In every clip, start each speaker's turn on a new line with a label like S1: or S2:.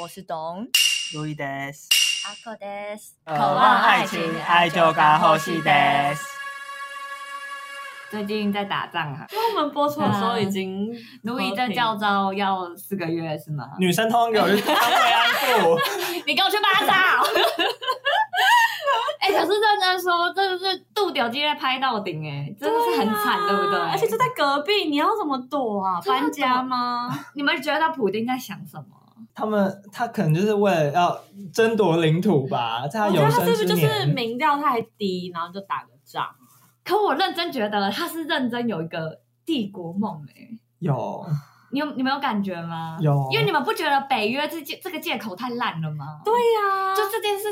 S1: 我是董
S2: 路易德斯，
S1: 阿克德斯，
S2: 渴望呃爱情，爱就该呼吸德斯。
S3: 最近在打仗啊，
S4: 因为我们播出的时候已经
S3: 奴役在教招要四个月是吗？
S2: 女生通有就是安慰安抚，
S3: 你给我去巴掌！ 哎、可是认真说，真的是杜屌今天拍到顶哎、真的是很惨，对不对？
S4: 啊而且就在隔壁，你要怎么躲啊？
S3: 真的
S4: 搬家吗？
S3: 你们觉得普丁在想什么？
S2: 他们他可能就是为了要争夺领土吧，在他
S4: 我觉
S2: 有
S4: 得他
S2: 生
S4: 是
S2: 之
S4: 不是就是
S2: 年，
S4: 民调太低，然后就打个仗？啊
S3: 可我认真觉得他是认真有一个帝国梦哎、
S2: 有
S3: 你有你们有感觉吗？
S2: 有
S3: 因为你们不觉得北约这借这个借口太烂了吗？
S4: 对啊呀、
S3: 就这件事，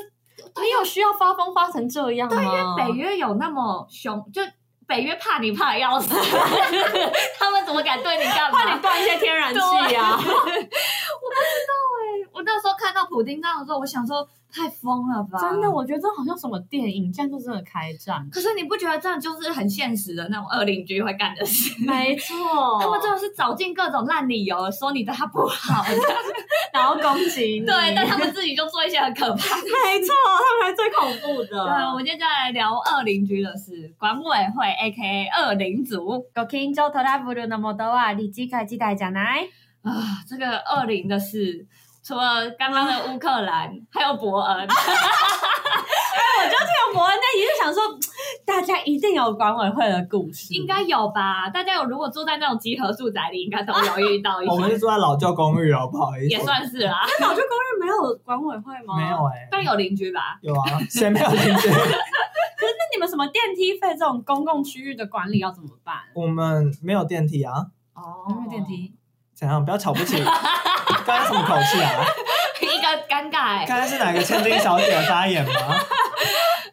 S4: 你有需要发疯发成这样吗？对，因
S2: 啊
S4: 为
S3: 北约有那么凶，就北约怕你怕的要死， 他们怎么敢对你干嘛？
S4: 怕你断一些天然气呀、 啊。
S3: 我那时候看到普丁这样的时候，我想说太疯了吧，
S4: 真的，。我觉得这好像什么电影，这样就真的开战。
S3: 可是你不觉得这样就是很现实的那种恶邻居会干的事？
S4: 没错
S3: 他们真的是找尽各种烂理由说你对他不好，
S4: 然后攻击你，
S3: 对，但他们自己就做一些很可怕的。
S4: 没错，他们才最恐怖的。
S3: 对，啊我们今天就来聊恶邻居的事，管委会 A K A 恶邻组
S4: ご近所トラブルの元は理事会時代じゃない？
S3: 啊，这个恶邻的事，除了刚刚的乌克兰，还有伯恩，
S4: 有伯恩那也是想说，大家一定有管委会的故事，
S3: 应该有吧？大家有如果住在那种集合住宅里，应该都有遇到一
S2: 我们
S3: 些，
S2: 是住在老旧公寓哦，不好意思，
S3: 也算是 啦。
S4: 早就公认没有管委会吗？
S2: 没有。哎、
S3: 但有邻居吧？
S2: 有啊，谁没有邻居？
S4: 那你们什么电梯费这种公共区域的管理要怎么办？
S2: 我们没有电梯啊，
S3: 哦
S4: 因为电，梯，
S2: 怎样？不要瞧不起， 刚才什么口气啊？
S3: 一个尴尬欸。
S2: 刚才是哪个千金小姐的发言吗？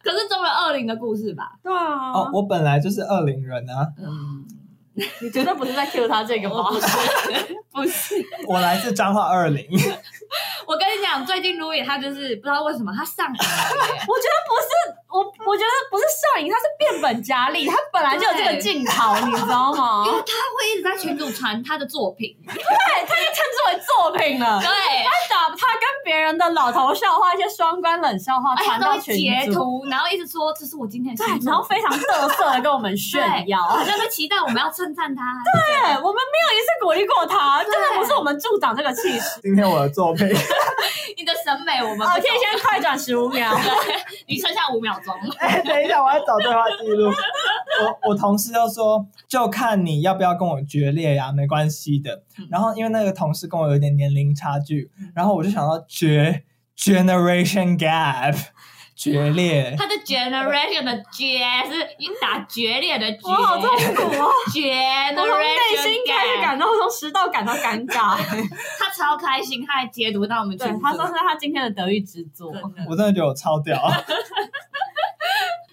S3: 可是中了二零的故事吧？
S4: 对啊，
S2: 哦，我本来就是二零人啊，
S3: 嗯，
S4: 你绝对不是在 Q 他这个
S3: 我
S4: 吧
S3: 不？是，不是。
S2: 我来自彰化二零，
S3: 我跟你讲，最近 Louis 他就是不知道为什么他上瘾了耶
S4: 我觉得不是，我我觉得不是上瘾，他是变本加厉，他本来就有这个镜头，你知道吗？
S3: 因为他会一直在群组传他的作品，
S4: 称之为作品了。
S3: 对，
S4: 他打他跟别人的老头笑话、一些双关冷笑话
S3: 而且
S4: 传
S3: 哎他
S4: 到
S3: 会
S4: 群
S3: 截
S4: 组，
S3: 图，然后一直说这是我今天的
S4: 对
S3: 新，
S4: 然后
S3: 作品，
S4: 非常得瑟的跟我们炫耀。
S3: 好像在期待我们要称赞他，
S4: 对，我们没有一次鼓励过他，真的不是我们助长这个气势。
S2: 今天我的作品，
S3: 你的审美我们
S4: 好，
S3: 不
S4: 可以先快转十五秒。
S3: 你剩下五秒钟，
S2: 哎、等一下，我要找对话记录。我我同事就说，就看你要不要跟我决裂呀、没关系的
S3: 嗯。
S2: 然后因为那个同事跟我有一点年龄差距，然后我就想到决 generation gap 决裂，
S3: 他的 generation 的绝是一打决裂的
S4: 我好痛
S3: 绝，
S4: 苦 哦！我从内
S3: generation
S4: 心开始
S3: gap
S4: 感到从食道感到尴尬。
S3: 他超开心，他还截图到我们群
S4: 对
S3: 组，，
S4: 他说是他今天的得意之作。
S3: 真的。
S2: 我真的觉得我超屌。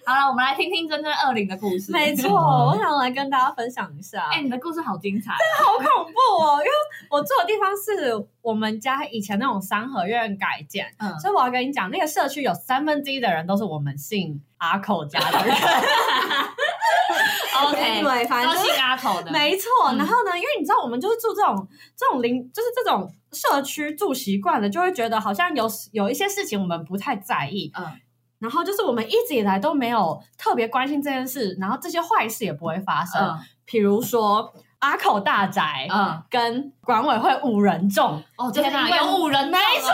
S3: 好了，我们来听听真正二零的故事。
S4: 没 错，我想来跟大家分享一下。
S3: 哎、你的故事好精彩，
S4: 好恐怖哦！因为我住的地方是我们家以前那种三合院改建，
S3: 嗯，
S4: 所以我要跟你讲，那个社区有三分之一的人都是我们姓阿口家的人。
S3: OK
S4: 对，反
S3: 都
S4: 正。
S3: 姓阿头的，
S4: 没错，
S3: 嗯
S4: 然后呢？因为你知道，我们就是住这种这种邻，就是这种社区住习惯了，就会觉得好像有有一些事情我们不太在意，
S3: 嗯，
S4: 然后就是我们一直以来都没有特别关心这件事，然后这些坏事也不会发生。
S3: 嗯
S4: 比如说阿口大宅，
S3: 嗯，
S4: 跟管委会五人众，
S3: 哦天哪，
S4: 就是因为
S3: 有五人，没错，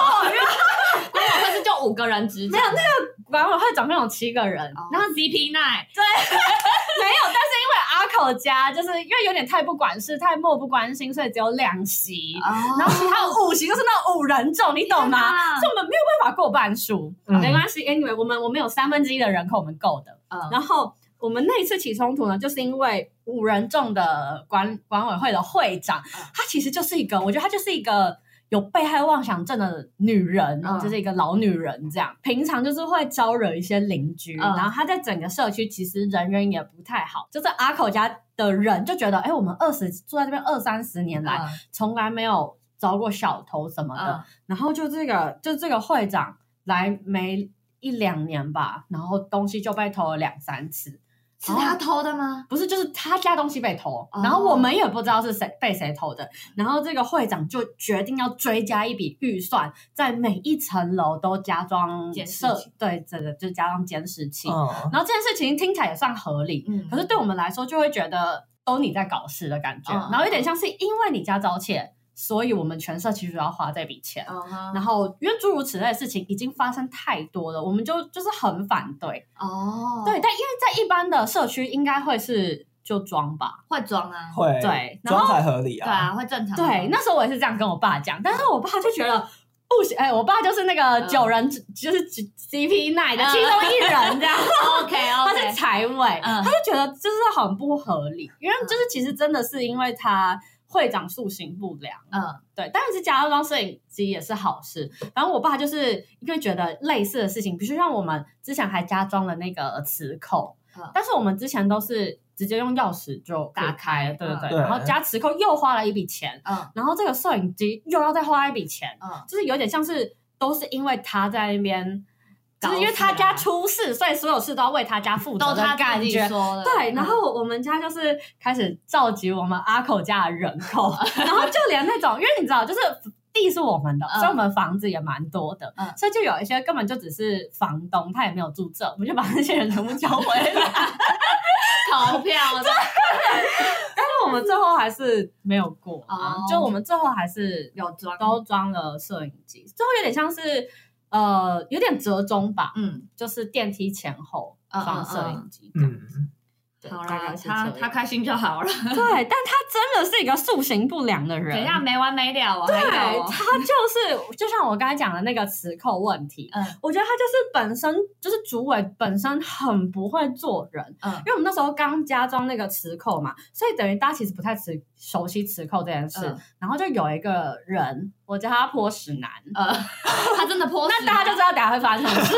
S3: 管委会是就五个人执掌，没有那
S4: 管委会总共有七个人。然
S3: 然
S4: 后
S3: 后 CP nine，
S4: 没有，但是因为阿口家就是因为有点太不管事、太漠不关心，所以只有两席。然
S3: 然
S4: 后其他有五席就是那种五人众，你 懂吗？所以我们没有办法过半数，
S2: 嗯
S4: 没关系，anyway，我们我们有三分之一的人口，我们够的。
S3: 嗯，
S4: 然后我们那一次起冲突呢，就是因为五人众的管管委会的会长，
S3: 嗯
S4: 她其实就是一个，我觉得她就是一个有被害妄想症的女人，
S3: 嗯
S4: 就是一个老女人这样。平常就是会招惹一些邻居，
S3: 嗯
S4: 然后她在整个社区其实人缘也不太好，就是阿口家的人就觉得，哎，我们二十住在这边二三十年来，
S3: 来，
S4: 从来没有遭过小偷什么的，
S3: 嗯
S4: 然后就这个就这个会长来没一两年吧，然后东西就被偷了两三次，
S3: 是他偷的吗？
S4: 不是，就是他家东西被偷，
S3: 哦
S4: 然后我们也不知道是谁被谁偷的，然后这个会长就决定要追加一笔预算，在每一层楼都加装
S3: 监视
S4: 设
S3: 器，哦
S4: 对，这个就加装监视器。
S2: 嗯，
S4: 然后这件事情听起来也算合理，
S3: 嗯
S4: 可是对我们来说就会觉得都你在搞事的感觉，
S3: 嗯
S4: 然后有点像是因为你家遭窃，所以我们全社区就要花这笔钱。
S3: 嗯哼
S4: 然后，因为诸如此类的事情已经发生太多了，我们就就是很反对。
S3: 哦，
S4: 对，，但因为在一般的社区，应该会是就装吧。
S3: 会装啊，
S2: 会
S4: 对然后
S2: 装才合理
S3: 对
S2: 啊。
S3: 啊，会正常啊。
S4: 对，那时候我也是这样跟我爸讲，但是我爸就觉得不行，哎，我爸就是那个
S3: 嗯
S4: 九人之，就是 CP 奶的其中一 人这样。
S3: OK
S4: 他
S3: OK，
S4: 是财委，
S3: 嗯
S4: 他就觉得就是很不合理，因为就是其实真的是因为他会长塑形不良，
S3: 嗯
S4: 对，当然是加装摄影机也是好事。然后我爸就是因为觉得类似的事情，比如像我们之前还加装了那个磁扣，
S3: 嗯
S4: 但是我们之前都是直接用钥匙就可以
S3: 打开
S4: 了对对对，
S2: 嗯
S4: 然后加磁扣又花了一笔钱，
S3: 嗯
S4: 然后这个摄影机又要再花一笔钱，
S3: 嗯，
S4: 就是有点像是都是因为他在那边，就
S3: 搞
S4: 是
S3: 事
S4: 因为他家出事，所以所有事都要为他家负责
S3: 都
S4: 的
S3: 他
S4: 感
S3: 自己
S4: 觉。
S3: 说了，
S4: 对，然后我们家就是开始召集我们阿口家的 人口，然后就连那种，因为你知道，就是地是我们的，
S3: 嗯
S4: 所以我们房子也蛮多的，
S3: 嗯
S4: 所以就有一些根本就只是房东，他也没有住这，我们就把那些人全部交回 来。但
S3: 逃票 的，
S4: 是我们最后还是没有过啊，
S3: 哦
S4: 就我们最后还是
S3: 有装
S4: 都装了摄影机，最后有点像是呃，有点折中吧，
S3: 嗯，
S4: 就是电梯前后
S3: 嗯
S4: 放
S3: 嗯
S4: 摄
S3: 嗯
S4: 影机。
S2: 嗯，
S3: 对
S4: 好
S3: 好
S4: 啦
S3: 啦，
S4: 他
S3: 他
S4: 他
S3: 他 开心就好了。
S4: 对，但他真的是一个塑形不良的人。
S3: 怎样没完没了啊？还有
S4: 对，，他就是就像我刚才讲的那个磁扣问题，
S3: 嗯
S4: 我觉得他就是本身就是主委本身很不会做人，
S3: 嗯
S4: 因为我们那时候刚加装那个磁扣嘛，所以等于大家其实不太磁熟悉磁扣这件事，
S3: 嗯
S4: 然后就有一个人，我叫他泼屎男。
S3: 呃，他真的泼
S4: 那大家就知道等下会发生什 么事。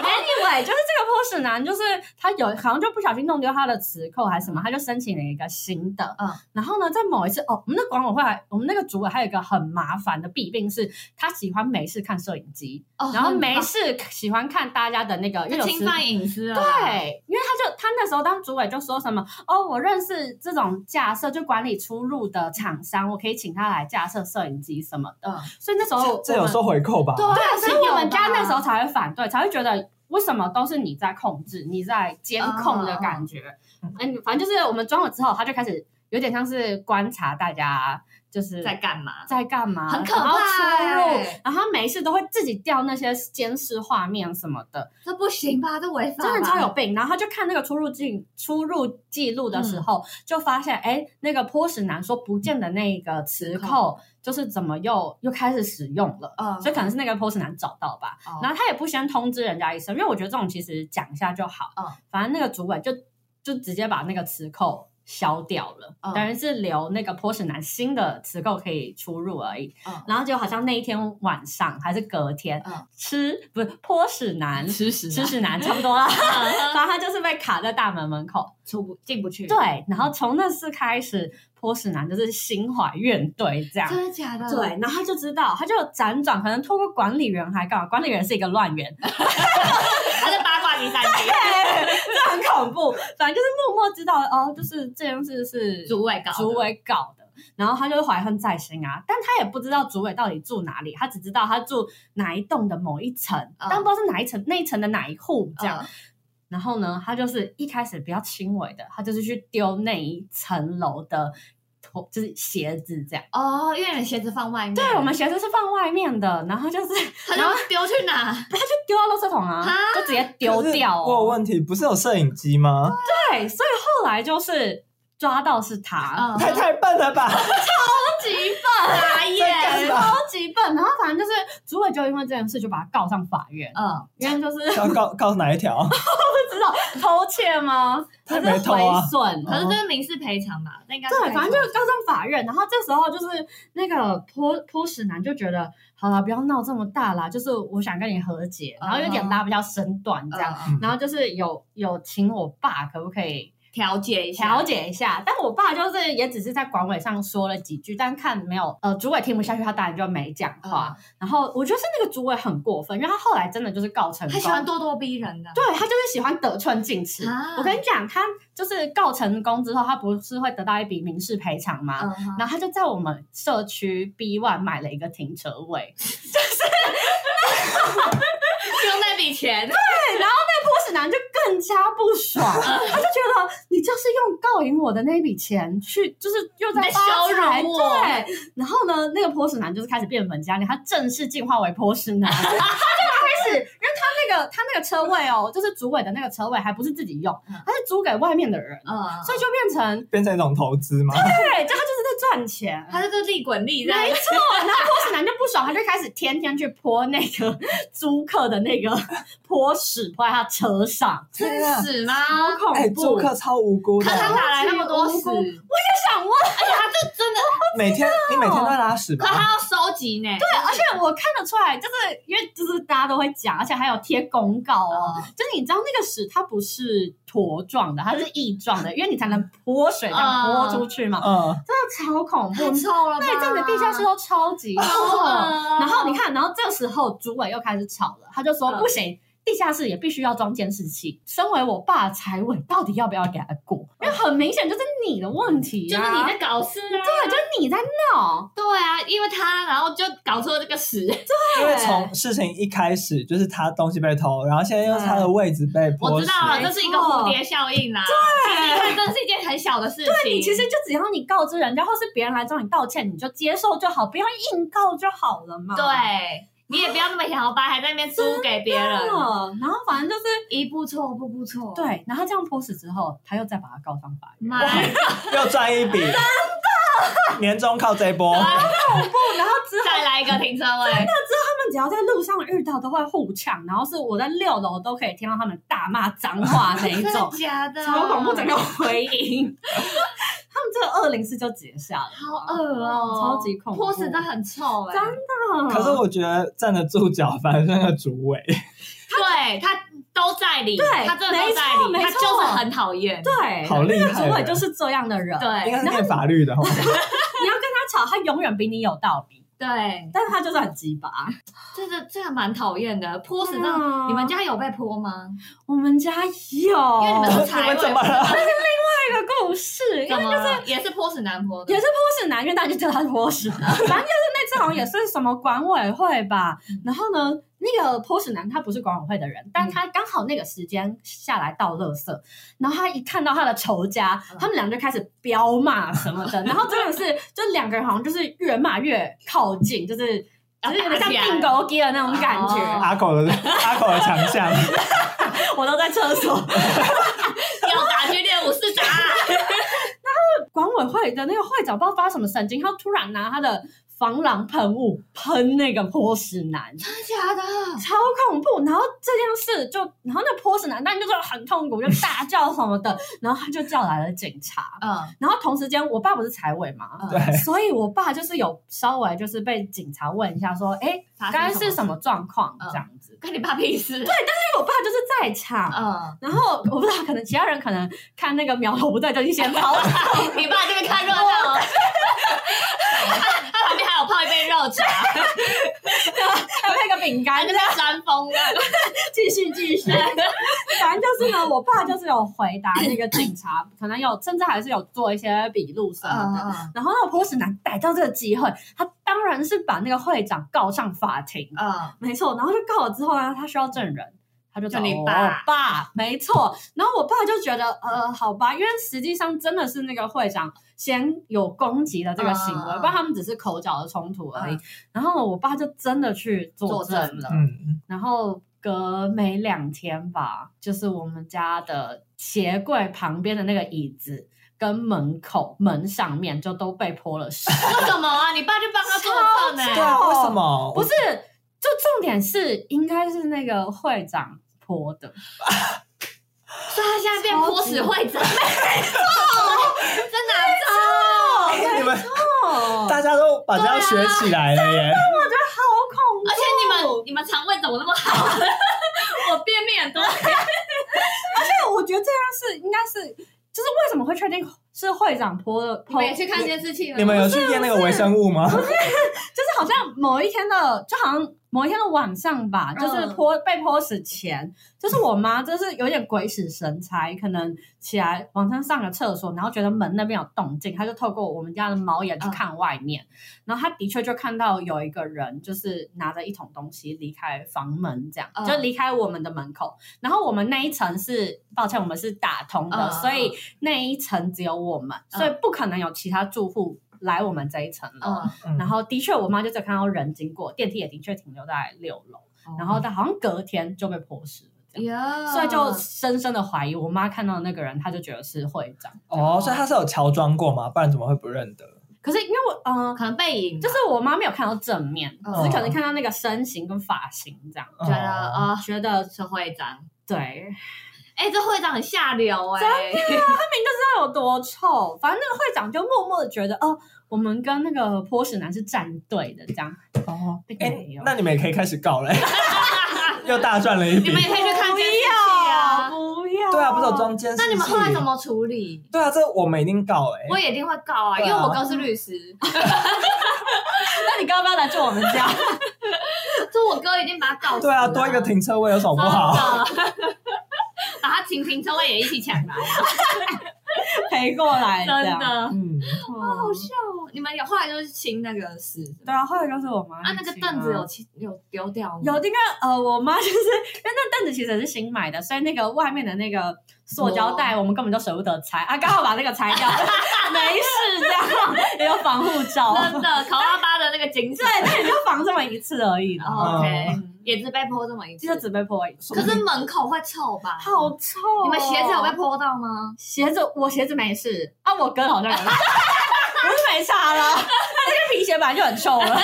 S4: anyway，就是这个泼屎男，就是他有好像就不小心弄丢他的磁扣还是什么，他就申请了一个新的。
S3: 嗯，
S4: 然后呢，在某一次，哦，我们那管委会还，我们那个主委还有一个很麻烦的弊病是，他喜欢没事看摄影机，
S3: 道
S4: 然后没事喜欢看大家的那哦个，因为有
S3: 侵
S4: 时
S3: 犯隐私了。，啊
S4: 对，因为他就他那时候当主委就说什么哦，我认识这种架设就管理出入的厂商，我可以请他来架设摄影机什么的。
S3: 嗯
S4: 所以那时候
S2: 这
S4: 我
S2: 有
S4: 们
S2: 收回扣吧？
S3: 对啊，
S4: 对，所以我们家
S3: 是有吧
S4: 那时候才会反对，才会觉得为什么都是你在控制，你在监控的感觉。
S2: 嗯
S4: 嗯，反正就是我们装了之后，他就开始有点像是观察大家，就是
S3: 在干嘛？
S4: 在干嘛，
S3: 很可怕
S4: 然后出入
S3: 欸，
S4: 然后他没事都会自己调那些监视画面什么的。
S3: 这不行吧？这违法吧，
S4: 真的超有病。然后他就看那个出入境出入记录的时
S3: 嗯
S4: 候，就发现哎，诶那个泼屎男说不见的那个磁扣，就是怎么又又开始使用了。
S3: 嗯
S4: 所以可能是那个泼屎男找到吧，
S3: 哦
S4: 然后他也不先通知人家一声，因为我觉得这种其实讲一下就好。
S3: 嗯
S4: 反正那个主管就就直接把那个磁扣消掉了，
S3: 嗯
S4: 等于是留那个泼屎男新的磁扣可以出入而已。
S3: 嗯
S4: 然后就好像那一天晚上还是隔天，
S3: 嗯
S4: 吃不是泼屎男
S3: 吃屎
S4: 吃屎男差不多啦，
S3: 呃
S4: 然后他就是被卡在大门门口。
S3: 出不进不去，
S4: 对，，然后从那次开始，泼屎男就是心怀怨怼这样。
S3: 真的假的？
S4: 对，，然后他就知道，他就辗转，可能透过管理员还干嘛？管理员是一个乱源，
S3: 他在八卦第三集，
S4: 这很恐怖。反正就是默默知道哦，就是这件事是
S3: 主委搞的
S4: 主委搞的，然后他就怀恨在心啊。但他也不知道主委到底住哪里，他只知道他住哪一栋的某一层，
S3: 嗯
S4: 但不知道是哪一层那一层的哪一户这样。
S3: 嗯
S4: 然后呢，他就是一开始比较轻微的，他就是去丢那一层楼的拖，就是鞋子这样。
S3: 哦，因为你的鞋子放外面，
S4: 对，我们鞋子是放外面的，然后就是
S3: 他就丢去哪？
S4: 丢到垃圾桶啊
S3: 啊，
S4: 就直接丢掉、哦。
S2: 可是我有问题，不是有摄影机吗？
S4: 对，所以后来就是抓到是他，
S3: 嗯，
S2: 太太笨了吧？
S4: 超 级笨啊
S2: 在干嘛
S4: 超级笨。然后反正就是主委就因为这件事就把他告上法院，
S2: 哦
S3: 嗯，
S4: 因为就是
S2: 要告告哪一条？
S4: 不知道偷窃吗？
S2: 他
S4: 还
S2: 没
S4: 是
S2: 偷
S4: 毁
S2: 啊
S4: 损？
S3: 可是这是民事赔偿吧？那应该是
S4: 对，
S3: 赔偿呃
S4: 反正就是告上法院。然后这时候就是那个泼泼屎男就觉得，好了，不要闹这么大啦，就是我想跟你和解，然后有点拉比较身段这样，
S3: 嗯嗯
S2: 嗯
S4: 然后就是有有请我爸，可不可以？
S3: 调解一下，
S4: 调解一
S2: 嗯
S4: 下。但我爸就是也只是在管委上说了几句，但看没有呃主委听不下去，他当然就没讲
S3: 呃
S2: 嗯
S4: 话。然后我觉得是那个主委很过分，因为他后来真的就是告成
S3: 他
S4: 功，
S3: 喜欢咄咄逼人的，
S4: 对他就是喜欢得寸进尺。
S3: 啊
S4: 我跟你讲，他就是告成功之后，他不是会得到一笔民事赔偿吗？
S3: 嗯哼
S4: 然后他就在我们社区 B one 买了一个停车位，
S3: 用那笔 钱，
S4: 郭世南就更加不 爽，他就觉得你就是用告赢我的那笔钱去，就是又在
S3: 你在羞辱
S4: 发财
S3: 我
S4: 对，然后呢，那个泼水男就是开始变本加厉，他正式进化为泼水男， 他就开始，因为他那个他那个车位哦，就是主委的那个车位，还不是自己用
S3: 嗯，
S4: 他是租给外面的人，
S3: 嗯，
S4: 所以就变成
S2: 变成一种投资嘛。
S4: 对，就他就是在赚钱。
S3: 他就是利滚利在
S4: 没错，然后泼屎男就不爽，他就开始天天去泼那个租客的那个泼屎泼在他车上，
S2: 天啊！
S3: 死吗？
S4: 好恐怖！
S2: 哎，住客超无辜的
S3: 可，他哪来那么多
S4: 无
S3: 屎？
S4: 辜想问，
S2: 每天你每天都在拉屎
S3: 可
S2: 吧？
S3: 他要收集呢？对，
S4: 而且我看得出来，就是因为就是大家都会讲，而且还有贴公告哦。就是你知道那个屎它不是坨状的，它是液状的，因为你才能泼水这样泼出去嘛，
S2: 嗯，
S4: 真的超恐怖
S3: 太。臭了吧，嗯
S4: 那一阵子地下室都超 级臭，然
S3: 然
S4: 后你看，然后这时候主委又开始吵了，他就说
S3: 嗯
S4: 不行。地下室也必须要装监视器。身为我爸财委，到底要不要给他过？因为很明显就是你的问题、
S3: 就
S4: 啊，
S3: 是你在搞事啊，
S4: 对，就是你在闹。
S3: 对啊，因为他然后就搞出了这个屎，
S2: 因为从事情一开始就是他东西被偷，然后现在又是他的位置被
S3: 我
S2: 泼
S3: 知
S2: 水，
S3: 道了，
S4: 没
S3: 这
S4: 错
S3: 是一个蝴蝶效应啦。
S4: 哎
S3: 对，这是一件很小的事情。对
S4: 你其实就只要你告知人家，或是别人来找你道歉，你就接受就好，不要硬告就好了嘛。
S3: 对，你也不要那么摇摆，还在那边租给别人，
S4: 嗯，然后反正就是
S3: 一步错步步错。
S4: 对，然后这样泼死之后，他又再把他告上法院，
S3: 妈呀，
S2: 又赚一笔，真的， 年终靠这一波，
S3: 啊
S4: 然后之后
S3: 再来一个停车位，
S4: 他们只要在路上遇到都会互呛，然后是我在六楼都可以听到他们大骂脏话那 一
S3: 真
S4: 种
S3: 的，假的？
S4: 超恐怖，整个回音。 他们这个二零四就结下了，
S3: 好恶哦，
S4: 超级恐怖
S3: 泼死真的很臭哎，
S4: 真的
S2: 可是我觉得站得住脚，反正那个主委，
S3: 对他都在理，
S4: 对
S3: 他真的都在理，他
S4: 没错没错
S3: 就是很讨厌。
S4: 对，
S2: 好厉害啊
S4: 那个主委就是这样的人，
S2: 应该
S3: 对
S2: 是念法律的哦，
S4: 你要跟他吵，他永远比你有道理。
S3: 对，
S4: 但是他就是很鸡巴。
S3: 这个这个蛮讨厌的，泼死真
S4: 对
S3: 的。
S4: 啊
S3: 你们家有被泼吗？
S4: 我们家有，因
S3: 因为你们是
S2: 你
S3: 财
S2: 们
S3: 委，
S2: 怎么了？
S4: 这个故事，因
S3: 怎
S4: 为
S3: 么了也是泼死男泼的？
S4: 也是泼屎男，因为大家就知道他是泼屎男，反正就是那次好像也是什么管委会吧。然后呢，那个泼屎男他不是管委会的人，但他刚好那个时间下来倒垃圾，然后他一看到他的仇家，他们俩就开始飙骂什么的，然后真的是就两个人好像就是越骂越靠近，就是
S3: 要
S4: 就是有
S3: 打
S4: 点像
S3: 起来
S4: 定狗鸡的那种感觉。
S3: 哦
S2: 阿狗的阿狗的强项，
S4: 我都在厕所。
S3: 要打去练武士啊打，
S4: 管委会的那个会长不知道发什么神经，他突然拿他的防狼喷雾喷那个泼屎男，
S3: 真的假的？
S4: 超恐怖。然后这件事就，然后那泼屎男但就是很痛苦，就大叫什么的， 然后他就叫来了警察。
S3: 嗯，
S4: 然后同时间，我爸不是财委嘛，
S3: 嗯
S2: 对，
S4: 所以我爸就是有稍微就是被警察问一下说，哎，
S3: 发生
S4: 刚刚
S3: 什么
S4: 是什么状况
S3: 嗯
S4: 这样子？
S3: 跟你爸屁事。对，
S4: 因为我爸就是在场。
S3: 嗯，
S4: 然后我不知道，可能其他人可能看那个苗头不对，就先 跑走。
S3: 你爸这边看热闹， 他他旁边还有泡一杯肉 茶，
S4: 还有那个饼
S3: 还
S4: 干，
S3: 在
S4: 就
S3: 啊那边扇风的。
S4: 继续继续， 反正就是呢，我爸就是有回答那个 警察，可能有甚至还是有做一些笔录什么的。
S3: 嗯
S4: 然后那个泼屎男逮到这个机会，他当然是把那个会长告上法庭，
S3: 嗯，
S4: 没错。然后就告了之后呢，他需要证人，他就找
S3: 就你
S4: 我
S3: 爸
S4: 爸，没错。然后我爸就觉得，呃，好吧，因为实际上真的是那个会长先有攻击的这个行为，
S3: 嗯嗯嗯
S4: 不然他们只是口角的冲突而已
S3: 嗯。
S4: 然后呢，我爸就真的去作
S3: 作
S4: 证
S3: 证
S4: 了，
S2: 嗯，
S4: 然后隔没两天吧，就是我们家的鞋柜旁边的那个椅子跟门口门上面就都被泼了屎。
S3: 为什么啊？你爸就帮他作证
S2: 对
S3: 呢？
S2: 啊，为什么？
S4: 不是，就重点是应该是那个会长泼的，
S3: 所以他现在变泼屎会长，真的啊。
S2: 你们
S4: 哦
S2: 大家都把这样学起来了耶，
S3: 啊
S4: 好恐怖
S3: 而！且你们你们肠胃怎么那么好？啊 我便秘很多，
S4: 而且我觉得这样是应该是。就是怎么会确定是会长泼的
S3: 你
S4: 泼？
S3: 们
S4: 就
S3: 也去看监视器了？
S2: 你们有去验那个微生物吗？
S4: 是好像某一天的，就好像某一天的晚上吧，
S3: 嗯
S4: 就是泼被泼死前，就是我妈就是有点鬼使神差，可能起来晚上上个厕所，然后觉得门那边有动静，她就透过我们家的猫眼去看外面，
S3: 嗯
S4: 然后她的确就看到有一个人就是拿着一桶东西离开房门，这样、
S3: 嗯
S4: 就离开我们的门口，然后我们那一层是，抱歉，我们是打通的，
S3: 嗯
S4: 所以那一层只有我们，
S3: 嗯
S4: 所以不可能有其他住户来我们这一层楼。
S3: 嗯，
S4: 然后的确，我妈就只有看到人经过，电梯也的确停留在六楼，
S3: 哦
S4: 然后她好像隔天就被泼湿了，这样。
S3: 呀，
S4: 所以就深深的怀疑，我妈看到的那个人，她就觉得是会长。
S2: 哦，所以他是有乔装过嘛，不然怎么会不认得？
S4: 可是因为我，嗯、
S3: 可能背影吧，
S4: 就是我妈没有看到正面，
S3: 嗯
S4: 只是可能看到那个身形跟发型这样，
S3: 觉得
S2: 哦，
S3: 啊，
S4: 觉得
S3: 是会长。
S4: 对，
S3: 哎，这会长很下流哎，
S4: 那有多臭？反正那个会长就默默的觉得，哦，我们跟那个泼屎男是站队的，这样
S2: 哦
S4: 并
S2: 哎
S4: 没有。，
S2: 那你们也可以开始 告了，又大赚了一
S3: 你
S2: 笔
S3: 们。也可以去看
S4: 不
S3: 监视器
S4: 要，
S3: 啊。
S4: 不要。
S2: 对啊，不是有装监视器？
S3: 那你们后来怎？么处理？
S2: 对啊，这我们一定告哎。
S3: 我也一定会告啊，因
S2: 对啊
S3: 为我哥是律师，
S4: 那你刚刚要来住我们家？
S3: 就我哥一定把他告死。
S2: 对啊，多一个停车位有什么不好？
S3: 真的， 把他停停车位也一起抢来，
S4: 陪过来，
S3: 真
S4: 这样。
S3: 的。
S2: 嗯，
S4: 哦
S3: 好笑哦！你们有后来就是清那个屎，
S4: 对啊，后来就是我妈
S3: 啊，那个
S4: 去
S3: 凳
S4: 嘛
S3: 子有清有丢掉吗？
S4: 有那个呃，我妈就是因为那凳子其实也是新买的，所以那个外面的那个塑胶
S3: 哦
S4: 袋我们根本就舍不得拆啊，刚好把那个拆 掉，没事这样也有防护罩。
S3: 真的，考拉巴的那个景色
S4: 对，那你就防这么一次而已啦，
S3: ，OK，
S4: 嗯
S3: 也只被泼这么一
S4: 就
S3: 次
S4: 是。只被泼一次。
S3: 可是门口会臭吧？
S4: 好臭哦、
S3: 你们鞋子有被泼到吗？
S4: 鞋子，我鞋子没事啊，我哥好像有，我 是没擦啦。他那个皮鞋本来就很臭了，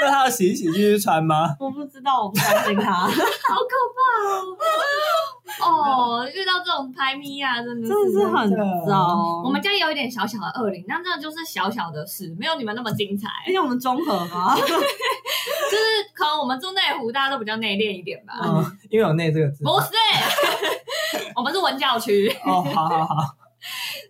S2: 那他要洗一洗继续穿吗？
S4: 我不知道，我不相信他，
S3: 好可怕哦！哦，遇到这种拍咪啊，真的
S4: 真的是很糟。
S3: 我们家也有一点小小的恶灵，但真的就是小小的事，没有你们那么精彩。
S4: 毕竟我们综合 嘛，
S3: 就是可能我们住内湖，大家都比较内敛一点吧。
S2: 嗯，因为有“内”这个字。
S3: 不是，我们是 文教区，
S2: 哦，好好好，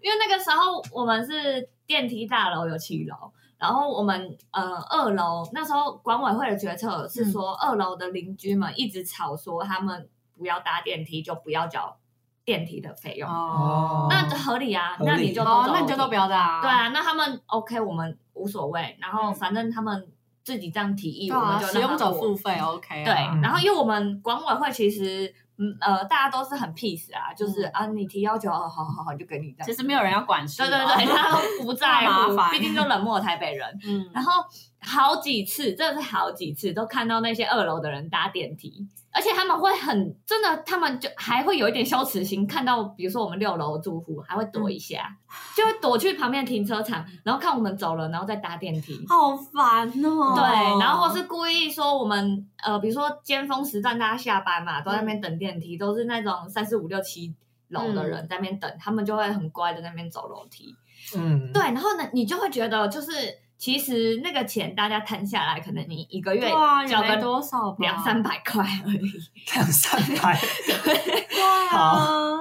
S3: 因为那个时候我们是电梯大楼有七楼，然后我们呃二楼那时候管委会的决策是说，二楼的邻居们一直吵说他们不要搭电梯，就不要交电梯的费用。
S2: 哦
S3: 那合理啊，
S2: 合理
S3: 那你就都
S4: 哦
S3: 走，
S4: 那你就都不要的啊。
S3: 对啊，那他们 OK，我们无所谓，然后反正他们自己这样提议，
S4: 嗯对
S3: 我们
S4: 啊，
S3: 就
S4: 使
S3: 让
S4: 用
S3: 他
S4: 者
S3: 过
S4: 付费 OK
S3: 对
S4: 啊。，
S3: 然后因为我们管委会其实，嗯呃，大家都是很 peace 啊，就是、
S4: 嗯
S3: 啊，你提要求，哦，好好好，就给你这样。
S4: 其实没有人要管事。
S3: 对对对，他都不在
S4: 怕麻
S3: 乎，
S4: 烦
S3: 毕竟就冷漠的台北人。
S4: 嗯，
S3: 然后好几次，真的是好几次，都看到那些二楼的人搭电梯，而且他们会很真的，他们就还会有一点羞耻心，看到比如说我们六楼住户，还会躲
S4: 嗯
S3: 一下，就会躲去旁边的停车场，然后看我们走了，然后再搭电梯。
S4: 好烦哦。
S3: 对，然后或是故意说我们呃，比如说尖峰时段大家下班嘛，都在那边等电梯，都是那种三四五六七楼的人在那边等，他们就会很乖的在那边走楼梯。
S2: 嗯，
S3: 对，然后呢，你就会觉得就是其实那个钱大家摊下来，可能你一个月
S4: 对啊，也
S3: 交
S4: 没
S3: 个
S4: 多少吧，
S3: 两三百块而已，
S2: 两 三百，
S4: 对啊。
S2: 好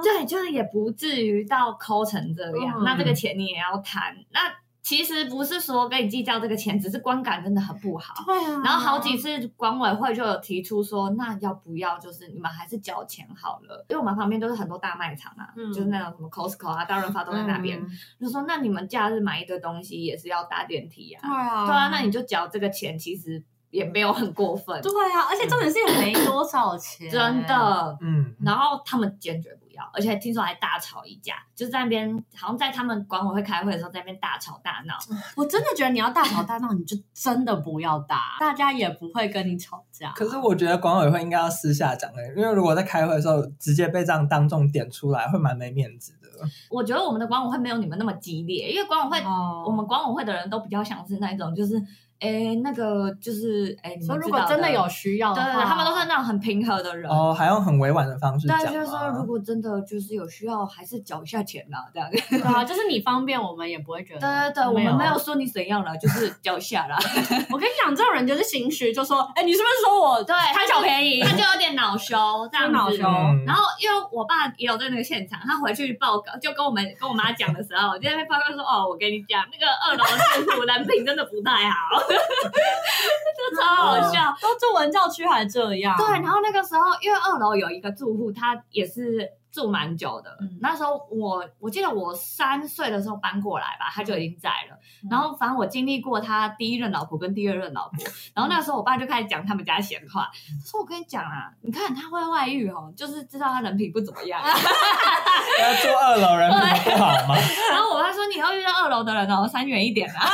S3: 对，就是也不至于到抠成这样。
S4: 嗯
S3: 那这个钱你也要摊，那其实不是说跟你计较这个钱，只是观感真的很不好。
S4: 对啊。
S3: 然后好几次管委会就有提出说，那要不要就是你们还是交钱好了，因为我们旁边都是很多大卖场啊，
S4: 嗯
S3: 就是那种什么 Costco 啊、大润发都在那边，
S4: 嗯
S3: 就说那你们假日买一堆东西也是要搭电梯啊，
S4: 对啊，
S3: 对啊，那你就缴这个钱，其实也没有很过分，
S4: 对啊，而且重点是也没多少钱，
S3: 真。的。
S2: 嗯，
S3: 然后他们坚决不要，而且听说还大吵一架，就在那边好像在他们管委会开会的时候在那边大吵大闹，
S4: 我真的觉得你要大吵大闹，你就真的不要打，大家也不会跟你吵架。
S2: 可是我觉得管委会应该要私下讲的，因为如果在开会的时候直接被这样当众点出来，会蛮没面子的。
S3: 我觉得我们的管委会没有你们那么激烈，因为管委会
S4: 哦
S3: 我们管委会的人都比较像是那一种，就是哎、哎，那个就是哎，你
S4: 说
S3: 们
S4: 如
S3: 知
S4: 果
S3: 道
S4: 真的有，需要
S3: 对
S4: 的
S3: 对
S4: 话，
S3: 对，他们都是那种很平和的人。
S2: 哦，还用很委婉的方式讲
S3: 但
S2: 吗，
S3: 啊就是说，如果真的就是有需要，还是缴一下钱啦， 这样。
S4: 对啊， 就是你方便，我们也不会觉得。
S3: 对对对，我们没有。说你怎样啦，就是缴一下啦。
S4: 我跟你讲，这种人就是心虚，就说：“哎，你是不是说我
S3: 对，
S4: 贪小便宜
S3: 他就有点恼 羞这样子。
S4: 恼羞
S2: 嗯
S3: 然后因为我爸也有在那个现场，他回去报告，就跟我们跟我妈讲的时候，我就在那边报告说：“哦，我跟你讲，那个二楼的政府人品真的不太好， 就超好笑。”
S4: 都住文教区还这样？”
S3: 对，然后那个时候，因为二楼有一个住户，他也是住蛮久的。
S4: 嗯
S3: 那时候我我记得我三岁的时候搬过来吧，他就已经在了。
S4: 嗯
S3: 然后反正我经历过他第一任老婆跟第二任老婆，然后那时候我爸就开始讲他们家闲话，
S4: 嗯
S3: 他说我跟你讲啊，你看他会外遇哦，就是知道他人品不怎么 样。
S2: 要做二楼人品不好吗？
S3: 然后我爸说你要遇到二楼的人哦，闪远一 点啊，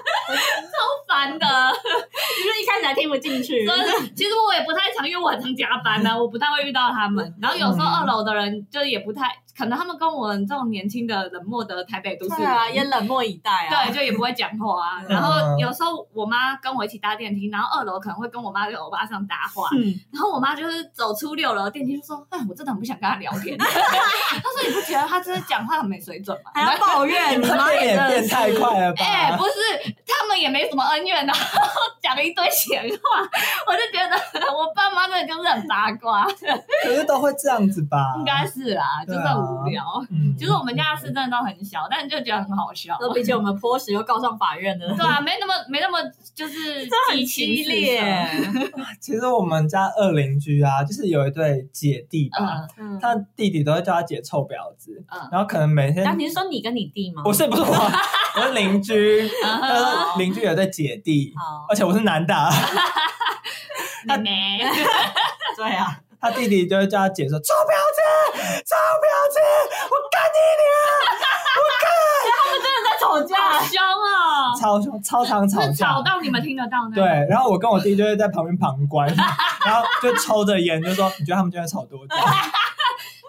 S3: 超烦的。
S4: 就是一开始还听不进去
S3: 所以其实我也不太常，因为我很常加班啊 呐、我不太会遇到他们。然后有
S4: 嗯
S3: 时候二楼的人就也不太，可能他们跟我这种年轻的冷漠的台北都市
S4: 对
S3: 人，
S4: 啊，也冷漠以待啊。嗯
S3: 对，就也不会讲话啊。然后有时候我妈跟我一起搭电梯，然后二楼可能会跟我妈跟欧巴上搭 话，
S4: 嗯，
S3: 然后我妈就是走出六楼电梯就说：“哎，我真的很不想跟他聊天。” 她说：“你不觉得他真的讲话很没水准吗？”
S4: 还要 抱 怨，你
S2: 他
S4: 妈
S2: 们也
S4: 真的
S2: 变
S4: 是
S2: 太快了吧？
S3: 哎、 不是，他们也没什么恩怨，然后 讲了一堆闲话，我就觉得我爸妈真的就是很八卦，
S2: 可是都会这样子吧？
S3: 应该是啦，就
S2: 对
S3: 是
S2: 啊
S3: 很无聊。
S2: 嗯，
S3: 其实我们家的事真的都很小，但就觉得很好笑。
S4: 那比起我们泼屎又告上法院 的，
S3: 对啊，没那么没那么 就是
S4: 很
S3: 激情
S4: 激
S3: 四射
S4: 烈。
S2: 其实我们家二邻居啊，就是有一对姐弟吧，
S3: 嗯
S4: 嗯，
S2: 他弟弟都会叫他姐臭婊子，
S3: 嗯，
S2: 然后可能每天
S4: 那你是说你跟你弟吗？
S2: 不是不是我， 我是邻居，
S3: 嗯
S2: 他说邻居有一对姐弟，
S4: 好，
S2: 而且我是男的啊，
S3: 妹妹，
S4: 对啊，
S2: 他弟弟就会叫他姐说臭婊子，臭婊子，我干你
S4: 在吵
S3: 好
S4: 架，
S3: 凶哦！
S2: 娘，超凶，超常 吵
S3: 是吵
S2: 架。
S3: 到你们听得到那
S2: 对
S3: 种，，
S2: 然后我跟我弟就会在旁边旁观， 然后就抽着烟，就说：“你觉得他们今天吵多久？”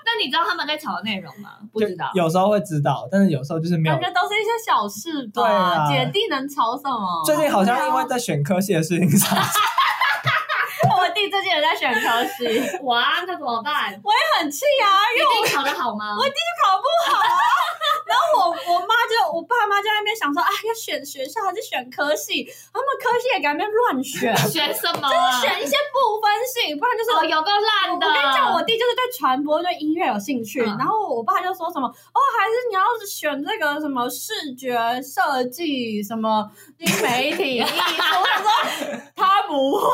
S3: 那你知道他们在吵的内容吗？不
S2: 就
S3: 哦知道。
S2: 有时候会知道，但是有时候就是没有
S4: 感。觉都是一些小事吧。
S2: 对啊
S4: 姐弟能吵什么？
S2: 最近好像
S3: 哦
S2: 因为在选科系的事 情上，
S4: 我弟最近也在选科系，
S3: 哇，那怎么办？你
S4: 很气啊，因
S3: 一
S4: 为
S3: 定考得好吗？
S4: 考不好啊。然后我我妈就我爸妈就在那边想说啊，要选学校还是选科系？他们科系也敢那边乱 选，
S3: 选什么啊？
S4: 选一些不分系，不然就是
S3: 哦，有够
S4: 我
S3: 烂
S4: 我
S3: 的。
S4: 跟你讲，我弟就是对传播、对音乐有兴趣，
S3: 嗯
S4: 然后我爸就说什么哦，还是你要选这个什么视觉设计、什么新媒体艺术。我想说他不 会，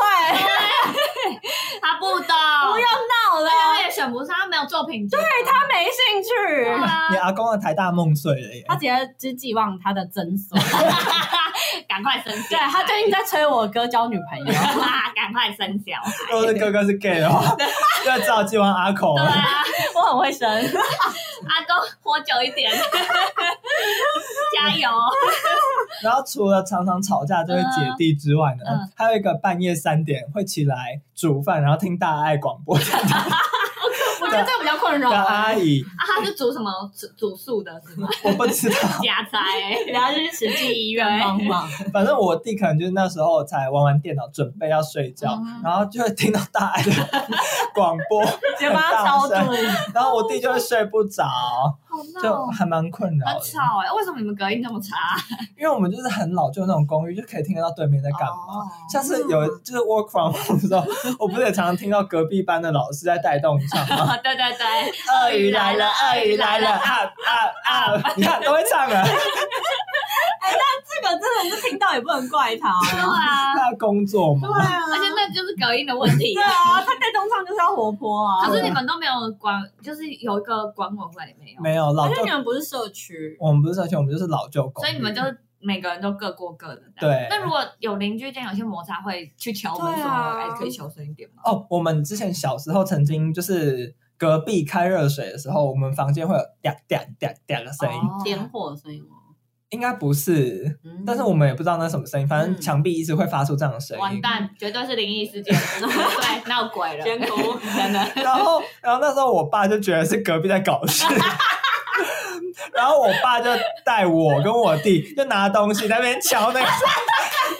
S3: 他不懂，
S4: 不要闹了
S3: 而，且他也选不上，他没有作品集。对
S4: 他没兴趣。
S3: 啊
S2: 你，阿公的台大梦碎了耶
S4: 他！直接只寄望他的真髓，
S3: 赶快生效。
S4: 对他最近在催我哥交女朋友，
S3: 哇，赶快 生效。
S2: 如果是哥哥是 gay 的话，就只好寄望阿口
S3: 对
S2: 了。
S3: 啊，
S4: 我很会生，
S3: 阿公活久一 点，加油。
S2: 然后除了常常吵架这位姐弟之外呢
S3: 嗯，
S2: 还有一个半夜三点会起来煮饭，然后听大爱广
S3: 哦
S2: 播 的
S4: 我觉得这比较困扰。
S2: 阿姨，
S3: 啊，他是煮什么？煮煮素的是吗？
S2: 我不知道，
S3: 加菜。
S4: 然后就是实际医院帮忙，
S2: 反正我弟可能就是那时候才玩完电脑，准备要睡觉
S3: 嗯，
S2: 然后就会听到大爱的广播，
S4: 直接帮他超 度。
S2: 然后我弟就会睡不着，
S3: 好
S2: 就
S3: 闹。
S2: 还蛮困扰的。
S3: 很吵哎、为什么你们隔音那么差？
S2: 因为我们就是很老旧的那种公寓，就可以听得到对面在干嘛。
S3: 哦
S2: 像是有就是 work from home 的时候，我不是也常常听到隔壁班的老师在带动唱吗？
S3: 对对对，
S2: 鳄鱼来了，鳄鱼来了，啊啊啊！你 看都会唱了，
S4: 这个真的是听到也不能怪他。
S3: 对啊，
S2: 他在工作嘛。
S4: 啊
S3: 而且那就是隔音的问题
S4: 对。啊，他在东唱就是要活泼啊
S3: 可。
S2: 哦
S3: 是你们都没有管，就是有一个管委会没有？
S2: 没有老
S4: 而
S2: 旧
S4: 且你，们不是社区，
S2: 我们不是社区，我们就是老旧公寓。
S3: 所以你们就是每个人都各过各的。这样
S2: 对
S3: 那如果有邻居间有些摩擦，会去敲门
S4: 对
S3: 说：“
S4: 啊
S3: 哎、可以小声一点吗
S2: 哦，我们之前小时候曾经就是隔壁开热水的时候，我们房间会有嗲嗲嗲嗲的？”声音，
S3: 哦
S4: 点火的声音吗？
S2: 应该不是，
S4: 嗯
S2: 但是我们也不知道那什么声音，反正墙壁一直会发出这样的声音。
S3: 完蛋，绝对是灵异 事件， 对，闹鬼 了，
S4: 监控
S3: 真的。
S2: 然后，然后那时候我爸就觉得是隔壁在搞事，然后我爸就带我跟我弟就拿东西在那边敲那个，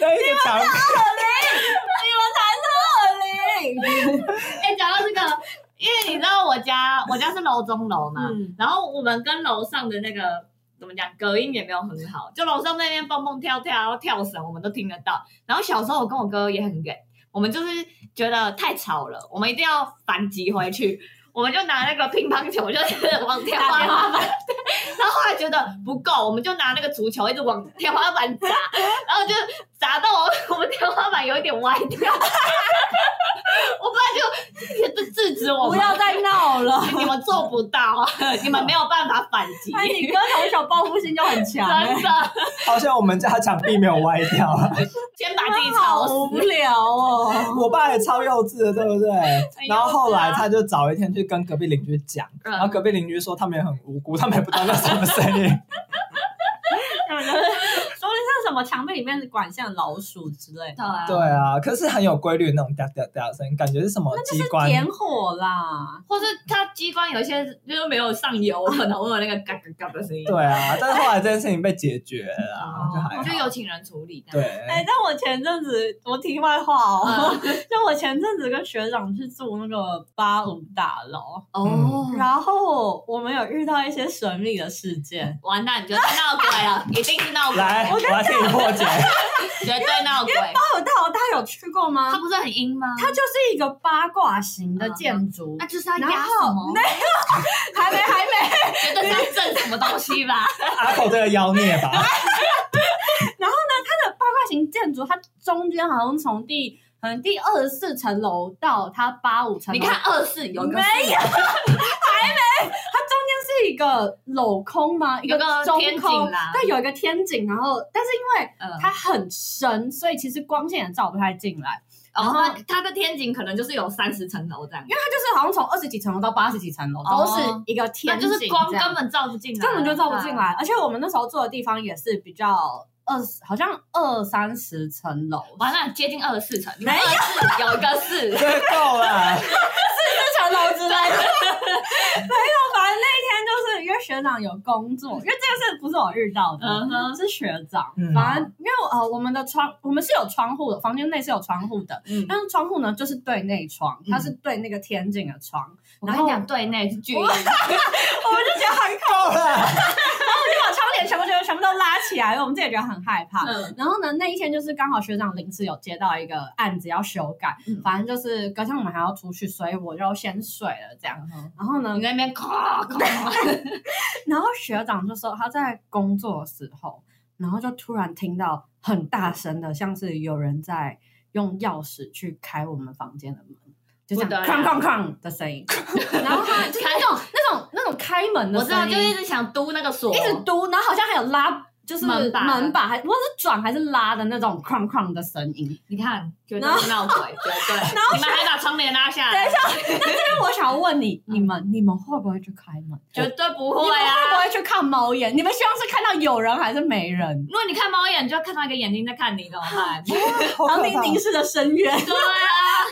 S2: 那一个长
S3: 哎、讲到这个，因为你知道我家我家是楼中楼嘛，
S4: 嗯
S3: 然后我们跟楼上的那个怎么讲，隔音也没有很好，就楼上那边蹦蹦跳跳然后跳绳，我们都听得到。然后小时候我跟我哥也很远，我们就是觉得太吵了，我们一定要反击回去。 我们就拿那个乒乓球，就是往天花板，然后后来觉得不够，我们就拿那个足球一直往天花板砸，然后就砸到我我们天花板有一点歪掉。 我爸就制止我
S4: 不
S3: 们，
S4: 要再闹了。
S3: 你们做不到，啊你们没有办法反击。
S4: 哎，你哥从小报复心就很强、哎
S3: 真 的，
S2: 好像我们家墙壁没有歪掉啊。
S3: 先把自己
S4: 好
S3: 吵
S4: 无
S3: 死。
S4: 聊哦。
S2: 我爸也超幼稚的，对不对？
S3: 幼稚啊
S2: 然后后来他就早一天去跟隔壁邻居讲，
S3: 嗯
S2: 然后隔壁邻居说他们也很无辜，他们也不知道那什么声音。
S4: 说不定像什么墙壁里面的管像老鼠之类的，
S3: 啊
S2: 对，啊，可是很有规律的那种哒哒哒声，感觉是什么机关？
S4: 点火啦，
S3: 或是它机关有一些就是没有上油，可能会有那个嘎嘎嘎的声音。
S2: 对啊，但是后来这件事情被解决 了啊，就还
S3: 哦，就
S2: 好。
S3: 有请人处理。
S2: 对，，
S4: 哎、但我前阵子我题外话哦，
S3: 嗯
S4: 就我前阵子跟学长去住那个八五大楼，
S3: 哦，
S4: 然后我们有遇到一些神秘的事件，
S3: 完蛋，你绝对闹鬼了，一定是闹鬼，
S2: 来，我来替你破 解。
S3: 绝对闹 鬼。
S4: 八五大楼大家有去过吗
S3: 它？不是很阴吗？
S4: 它就是一个八卦型的建筑，
S3: 嗯那就是要
S4: 然
S3: 压
S4: 后
S3: 什么？
S4: 还没还没。
S3: 绝对是要震什么东西吧？
S2: 阿口这个妖孽 吧，
S4: 八卦型建筑，它中间好像从第可能第二十四层楼到它八五层，
S3: 你看二四有一个
S4: 没有， 还没，它中间是一个镂空吗？一
S3: 有个
S4: 中
S3: 天井
S4: 空。
S3: 啦，
S4: 对，有一个天井，然后但是因为
S3: 嗯
S4: 它很深，所以其实光线也照不太进来。
S3: 然后
S4: 然后
S3: 它哦的天井可能就是有三十层楼这样，
S4: 它就是好像从二十几层楼到八十几层楼
S3: 哦
S4: 都是一个
S3: 那
S4: 天井
S3: 就
S4: 这样，
S3: 是光根本照不进来，
S4: 根本就照不进来。而且我们那时候住的地方也是比较二十，好像二三十层楼，
S3: 完了，接近二十四层，没有有一个四，
S2: 这个够了。
S4: 层楼之类的。没有，反正那天就是因为学长有工作，因为这个事不是我遇到的。
S3: 嗯哼，
S4: 是学长
S2: 嗯，
S4: 反正因为呃，我们的窗我们是有窗户的，房间内是有窗户的，
S3: 嗯，
S4: 但是窗户呢就是对内窗，
S3: 嗯
S4: 它是对那个天井的窗，
S3: 我跟你讲，对内是巨婴，
S4: 我们就觉得很
S2: 够了，
S4: 恐怖，就把窗帘全部全部全部都拉起来，我们自己也觉得很害怕。
S3: 嗯
S4: 然后呢，那一天就是刚好学长临时有接到一个案子要修改，
S3: 嗯
S4: 反正就是隔天我们还要出去，所以我就先睡了这样。
S3: 嗯
S4: 然后呢
S3: 你，在那边咔咔，
S4: 然后学长就说他在工作的时候，然后就突然听到很大声的，像是有人在用钥匙去开我们房间的门，就这
S3: 不得
S4: 样
S3: 了
S4: 哐哐哐 的声音。然后他就是那种那种那种开门的
S3: 我知道，
S4: 声音，
S3: 就一直想嘟那个锁，
S4: 一直嘟，然后好像还有拉。就是
S3: 门
S4: 门
S3: 把
S4: 把还不知道是转还是拉的那种哐哐的声音，
S3: 你看，绝
S4: 然
S3: 对是闹鬼，绝 对，你们还把窗帘拉下
S4: 等
S3: 来
S4: 一，因为我想要问你，你们你们会不会去开门？
S3: 绝对嗯不
S4: 你
S3: 会
S4: 们会不
S3: 啊。
S4: 会去看猫眼？你们希望是看到有人还是没人？
S3: 如果你看猫眼，你就要看到一个眼睛在看你，怎么 办？
S2: 好可
S4: 然
S2: 怕
S4: 后凝凝视的深渊，
S3: 对啊，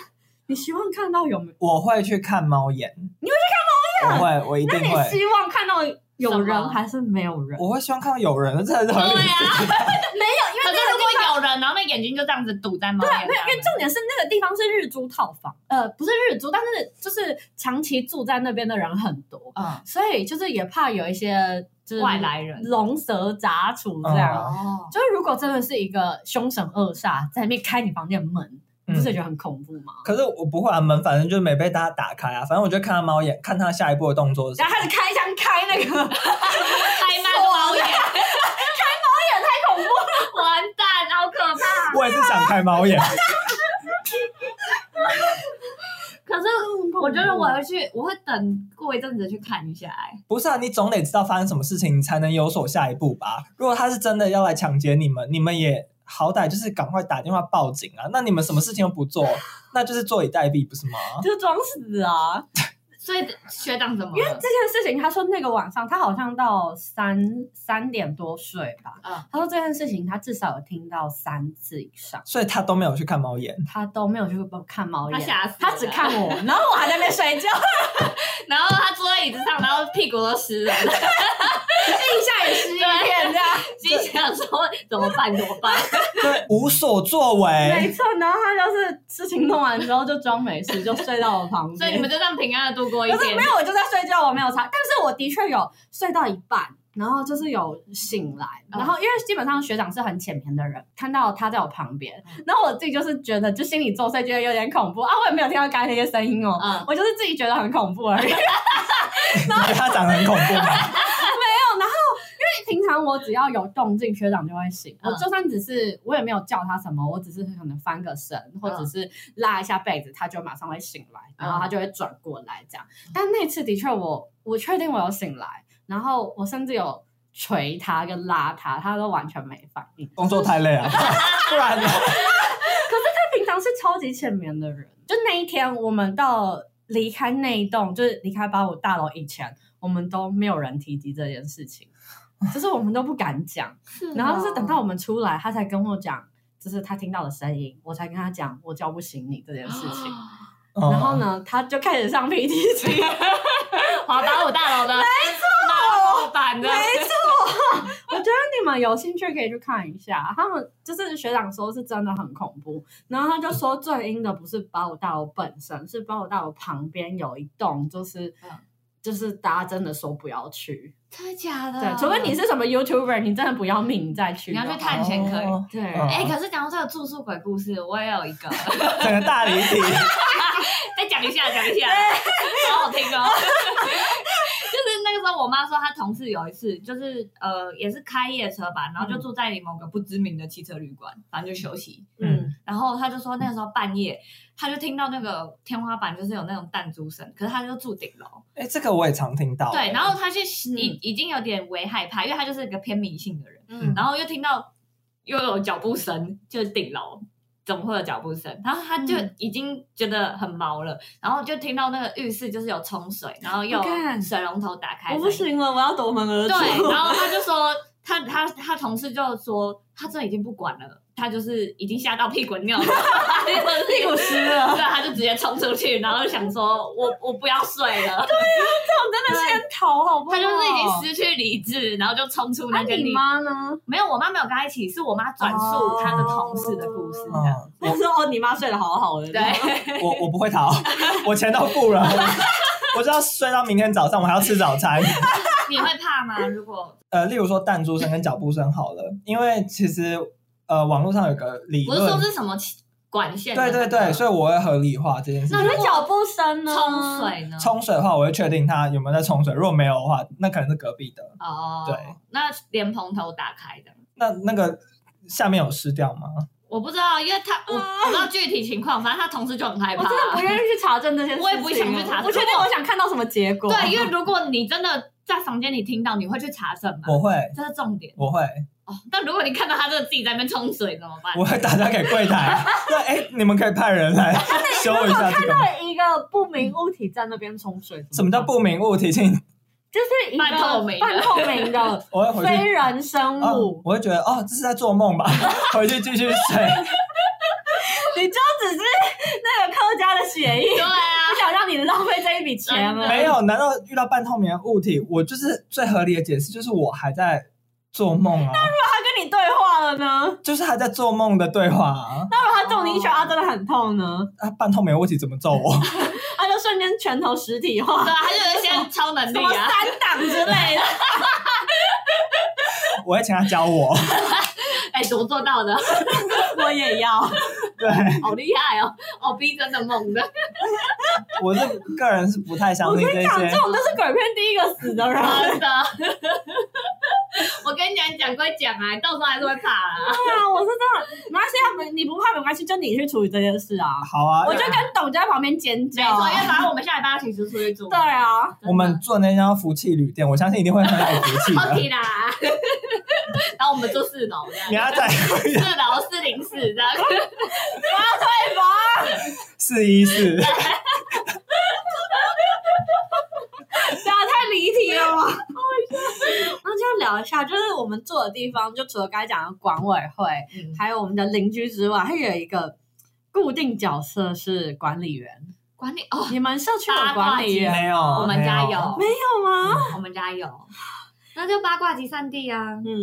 S4: 你希望看到有没有？
S2: 我会去看猫眼，你会去看猫眼？我会，我一
S4: 那
S2: 定
S4: 你
S2: 会。
S4: 希望看到有
S3: 什么
S4: 人还是没有人？
S2: 我会希望看到有人，这很
S3: 对
S2: 合理。
S3: 啊，
S4: 没有，因
S3: 可是如果有人，然后那眼睛就这样子堵在猫
S4: 对，
S3: 眼
S4: 没有，因为
S3: 上，
S4: 重点是那个地方是日租套房，呃，不是日租，但是就是长期住在那边的人很多，
S3: 嗯，
S4: 所以就是也怕有一些就是
S3: 外来人
S4: 龙蛇杂处这样。
S3: 哦，
S4: 就是如果真的是一个凶神恶煞在那边开你房间门，你不是觉得很恐怖吗？
S2: 可是我不会啊，门反正就是没被大家打开啊，反正我就看他猫眼，看他下一步的动作是什
S4: 然
S2: 么
S4: 后。开始开枪开那个，
S3: 开那个猫眼， 开猫眼太恐怖了， 完蛋，好可怕。
S2: 我也是想开猫眼，
S3: 可是我觉得 我要去，我会等过一阵子去看一下、哎，
S2: 不是啊，你总得知道发生什么事情，你才能有所下一步吧？如果他是真的要来抢劫你们，你们也好歹就是赶快打电话报警啊。那你们什么事情都不做，那就是坐以待毙，不是吗？
S4: 就是装死啊！
S3: 所以学长怎么
S4: 因为
S3: 了？
S4: 这件事情，他说那个晚上他好像到三三点多睡吧。
S3: 嗯
S4: 他说这件事情他至少有听到三次以上，
S2: 所以他都没有去看猫眼，
S4: 他都没有去看猫
S3: 他
S4: 眼，
S3: 吓死了
S4: 他只看我， 然后我还在那边睡觉。
S3: 然后他坐在椅子上，然后屁股都湿了，
S4: 下也失忆片这样，
S3: 心想说怎么办？怎么办？
S2: 对，无所作
S4: 没
S2: 为。
S4: 错。然后他就是事情弄完之后就装没事，就睡到我旁边。
S3: 所以你们就这样平安的度过一
S4: 可是
S3: 天
S4: 没。有，我就在睡觉，我没有擦。但是我的确有睡到一半，然后就是有醒来，
S3: 嗯
S4: 然后因为基本上学长是很浅眠的人，看到他在我旁边，
S3: 嗯
S4: 然后我自己就是觉得就心里作祟，觉得有点恐怖啊。我也没有听到刚才那些声音哦，
S3: 嗯
S4: 我就是自己觉得很恐怖而已。
S2: 你觉得哎他长得很恐怖吗？
S4: 平常我只要有动静，学长就会醒。
S3: 嗯
S4: 我就算只是我也没有叫他什么，我只是可能翻个身，或者是拉一下被子，他就马上会醒来，然后他就会转过来这样。但那次的确我，我确定我有醒来，然后我甚至有捶他跟拉他，他都完全没反应。
S2: 工作太 累了，不然呢？
S4: 他平常是超级浅眠的人，就那一天我们到离开那一栋，就是离开八五大楼以前，我们都没有人提及这件事情，就是我们都不敢讲。
S3: 啊
S4: 然后就是等到我们出来，他才跟我讲，就是他听到的声音，我才跟他讲我叫不醒你这件事情。
S3: 哦
S4: 然后
S2: 哦
S4: 呢，他就开始上 PTT，
S3: 华八五大楼的，没错，老板的，
S4: 我觉得你们有兴趣可以去看一下，他们就是学长说是真的很恐怖，然后他就说最阴的不是八五大楼本身，是八五大楼旁边有一栋就是。
S3: 嗯
S4: 就是大家真的说不要去，
S3: 真的假的
S4: 对，除非你是什么 YouTuber，你真的不要命，你再去
S3: 哦你
S4: 就好。
S3: 要去探险可以
S2: 哦
S4: 对，
S2: 嗯
S3: 哎、可是讲到这个住宿鬼故事，我也有一个，
S2: 整个大离题，
S3: 再哎讲一下，讲一下，好好听哦。 就是那个时候，我妈说她同事有一次，就是呃，也是开夜车吧，然后就住在某个不知名的汽车旅馆，反正就休息。
S4: 嗯，
S3: 然后她就说那个时候半夜，她就听到那个天花板就是有那种弹珠声，可是她就住顶楼，
S2: 哎，这个我也常听到。
S3: 对，然后她就已、
S4: 嗯
S3: 已经有点微害怕，因为她就是一个偏迷信的人。
S4: 嗯
S3: 然后又听到又有脚步声，就是顶楼怎么会有脚步声？然后他就
S4: 嗯
S3: 已经觉得很毛了，然后就听到那个浴室就是有冲水，然后又
S4: 我看
S3: 水龙头打开，
S4: 我不行了，我要夺门而出。
S3: 对，然后他就说他他他同事就说他这已经不管了，他就是已经吓到屁滚尿了，
S4: 屁股湿了
S3: 对，啊他就直接冲出去，然后想说我我不要睡了，
S4: 啊真的先逃好不好？
S3: 他就是已经失去理智，然后就冲出
S4: 那
S3: 那个
S4: 啊你
S3: 地
S4: 妈呢？
S3: 没有，我妈没有跟她一起，是我妈转述她的同事的故事。这样
S2: 嗯，
S4: 我说哦，你妈睡得好好的，
S3: 对，
S2: 我我不 会逃，我钱都付了，我就要睡到明天早上，我还要吃早餐。
S3: 你会怕吗？如果
S2: 呃，例如说弹珠声跟脚步声好了，因为其实呃网络上有个理
S3: 不是说
S2: 论，
S3: 是什么管线的嗯那
S2: 对
S3: 个？
S2: 对对，所以我会合理化这件事
S4: 那
S2: 情。
S4: 你脚步声呢？
S3: 冲。水呢？
S2: 冲水的话，我会确定他有没有在冲水，如果没有的话，那可能是隔壁的。
S3: 哦，
S2: 对，
S3: 那莲蓬头打开的。
S2: 那那个下面有湿掉吗？
S3: 我不知道，因为他我
S4: 啊
S3: 我不知道具体情况，反正他同事就很害
S4: 我
S3: 怕。
S4: 真的不愿意去查证这件事情，
S3: 我也不想去查证
S4: 我确定我想看到什么结果。
S3: 对，因为如果你真的在房间里听到，你会去查证吗？
S2: 我会，
S3: 这是重点
S2: 我会，
S3: 哦。但如果你看到他真的自己在那边冲水怎么办？
S2: 我会打电话给柜 台。那哎、你们可以派人来
S4: 哎
S2: 修一下这个吗。
S4: 为一个不明物体在那边冲水，
S2: 什么叫？不明物体？请你
S4: 就是一个
S3: 半透明的
S4: 半透 明的
S2: 我会回去
S4: 非人生
S2: 啊
S4: 物，
S2: 我会觉得哦，这是在做梦吧， 回去继续睡。
S4: 你就只是那个客家的血液，
S3: 对啊
S4: 不，想让你浪费这一笔钱了。
S2: 没有？难道遇到半透明的物体，我就是最合理的解释，就是我还在做梦啊，
S4: 他跟你对话了呢？
S2: 就是还在做梦的对话啊。
S4: 那如果他中你一拳，他真的很痛呢？
S2: 啊，半透明物体怎么揍我？
S4: 他就瞬间拳头实体化
S3: 对。啊，他就有一些超能
S4: 什
S3: 力
S4: 么
S3: 啊。
S4: 三档之类的，
S2: 我会请他教我。
S3: 哎，怎么做到的？
S4: 我也要。
S2: 对
S3: 好厉害哦！哦逼真的猛的，
S2: 我是个人是不太相信这
S4: 讲这
S2: 些。
S4: 种就是鬼片第一个死的人。
S3: 真的。我跟你讲，讲归讲啊，到时候还是会怕啦。
S4: 对啊，我是真的，没关系，他们你不怕没关系，就你去处理这件事啊。
S2: 好啊，
S4: 我就跟董就在旁边尖
S3: 没
S4: 叫
S3: 错，
S4: 啊。
S3: 因为反正我们下礼拜要一起出去住。
S4: 对啊，
S3: 真的
S2: 我们住的那家福气旅店，我相信一定会很有福 气的。
S3: OK 啦。然后我们住四楼这样
S2: 你。要再
S3: 四楼四零四这样，
S2: 试一 试，
S4: 对啊，太离题了吧。那就聊一下，就是我们住的地方，就除了刚才讲的管委会，还有我们的邻居之外，还有一个固定角色是管理员。
S3: 管理哦，
S4: 你们社区有管理员
S2: 没有，
S3: 我们家
S2: 哦没
S3: 有，
S4: 没有吗？
S3: 我们家有。那就八卦集散地啊。
S4: 嗯，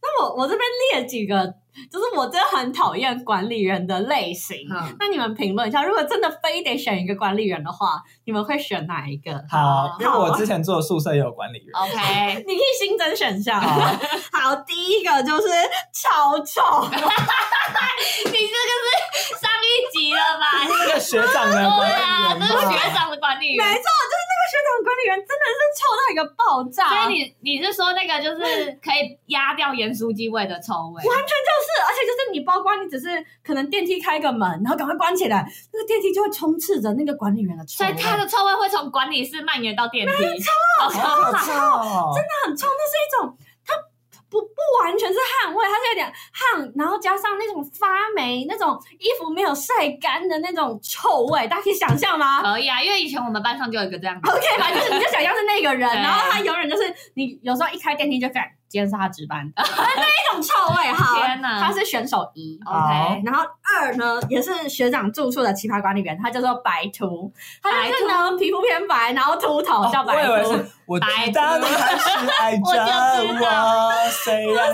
S4: 那我我这边列几个，就是我真的很讨厌管理员的类型。
S3: 嗯，
S4: 那你们评论一下，如果真的非得选一个管理员的话，你们会选哪一个？
S2: 好，因为
S4: 好
S2: 我之前做的宿舍也有管理员。
S3: OK，
S4: 你可以新增选项。哦
S2: 好
S4: 好，第一个就是超臭，
S3: 你这个是上一集了吧？
S2: 那个学长的管
S3: 对啊，
S2: 理员
S3: 这是学
S2: 吧，
S3: 长的管理员
S4: 没。错，就是那个学长管理员真的是臭到一个爆炸，
S3: 所以你你是说那个就是可以压掉盐酥鸡味的臭味？
S4: 完全就是，而且就是你包括你只是可能电梯开个门，然后赶快关起来，那个电梯就会充斥着那个管理员的臭
S3: 所
S4: 味，
S3: 以它的臭味会从管理室蔓延到电梯，好可怕！
S2: 好可怕哦！真的，
S4: 很臭，那是一种它不不完全是汗味，它是有点汗，然后加上那种发霉、那种衣服没有晒干的那种臭味，大家可以想象
S2: 呃
S4: 吗？
S3: 可以啊，因为以前我们班上就有一个这样的，
S4: OK 吧，就是你就想象是那个人，
S3: 对
S4: 然后他永远就是你有时候一开电梯就感今天是他值 班，那一种臭味哈。
S3: 天
S2: 啊
S3: 哪！
S4: 他是选手一，
S2: 好
S3: OK，
S4: 然后二呢也是学长住宿的奇葩管理员，他叫做白秃，他就是呢皮肤偏白，然后秃头叫
S2: 哦我
S4: 白
S2: 以
S4: 秃。
S2: 为是我知道你还是爱着我，谁让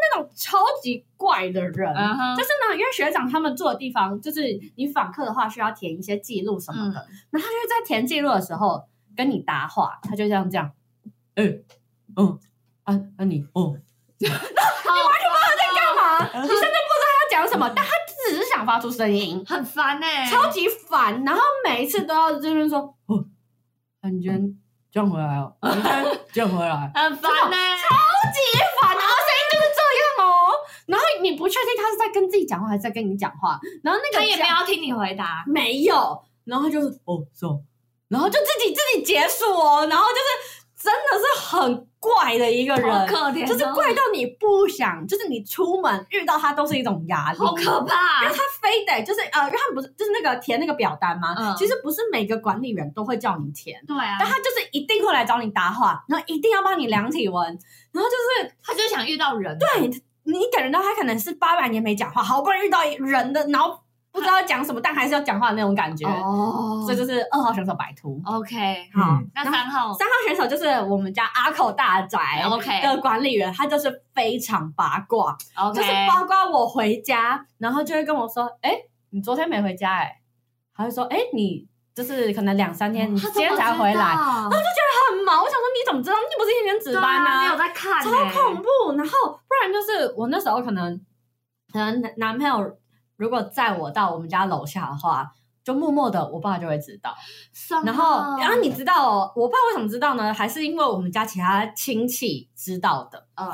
S4: 那种超级怪的人。
S3: 嗯哼
S4: 就，是呢，因为学长他们住的地方，就是你访客的话需要填一些记录什么的，
S3: 嗯
S4: 然后他就在填记录的时候跟你搭话，他就这样这样，哎、嗯，啊，那、你，哦，
S3: 好
S4: 干
S3: 哦
S4: 嘛？你甚至不知道他讲什么，但他只是想发出声音，
S3: 很烦呢、欸，
S4: 超级烦。然后每一次都要就是说，哦，啊你今天这样回来哦，你今天这样回来，
S3: 很烦欸呢、
S4: 烦，然后声音就是这样哦。然后你不确定他是在跟自己讲话还是在跟你讲话，然后那
S3: 他
S4: 个
S3: 也
S4: 讲
S3: 没有听你回答，
S4: 没有，然后就是哦是哦，然后就自己自己结束哦，然后就是真的是很怪的一个
S3: 好
S4: 人，
S3: 可怜、哦，
S4: 就是怪到你不想，就是你出门遇到他都是一种压力，
S3: 好可
S4: 因
S3: 怕
S4: 为。他非得就是呃，因为他们不是就是那个填那个表单吗？
S3: 嗯
S4: 其实不是每个管理员都会叫你填，
S3: 对啊
S4: 但，他就是一定会来找你搭话，然后一定要帮你量体温，然后就是
S3: 他就想遇到人，啊
S4: 对你感觉到他可能是八百年没讲话，好不容易遇到一人的，然后不知道讲什么，但还是要讲话的那种感觉。
S3: 哦
S4: 所以就是二号选手白兔。
S3: OK，
S4: 好，
S2: 嗯
S3: 那
S4: 然后
S3: 三号
S4: 三号选手就是我们家阿口大宅
S3: OK
S4: 的管理员，他就是非常八卦，
S3: OK，
S4: 呃就是包括我回家，然后就会跟我说：“哎、你昨天没回家哎、他会说：“哎、你就是可能两三天，你
S3: 哦他怎
S4: 今
S3: 么
S4: 天才回
S3: 知
S4: 来，
S3: 道
S4: 很忙。”我想说你怎么知道？你不是天天值
S3: 对
S4: 班
S3: 啊，没有
S4: 啊？
S3: 在看、欸，
S4: 超恐怖。然后不然就是我那时候可能可能男男朋友如果载我到我们家楼下的话，就默默的我爸就会知道。
S3: 什么
S4: 然后，啊然后你知道、哦，我爸为什么知道呢？还是因为我们家其他亲戚知道的。
S3: 嗯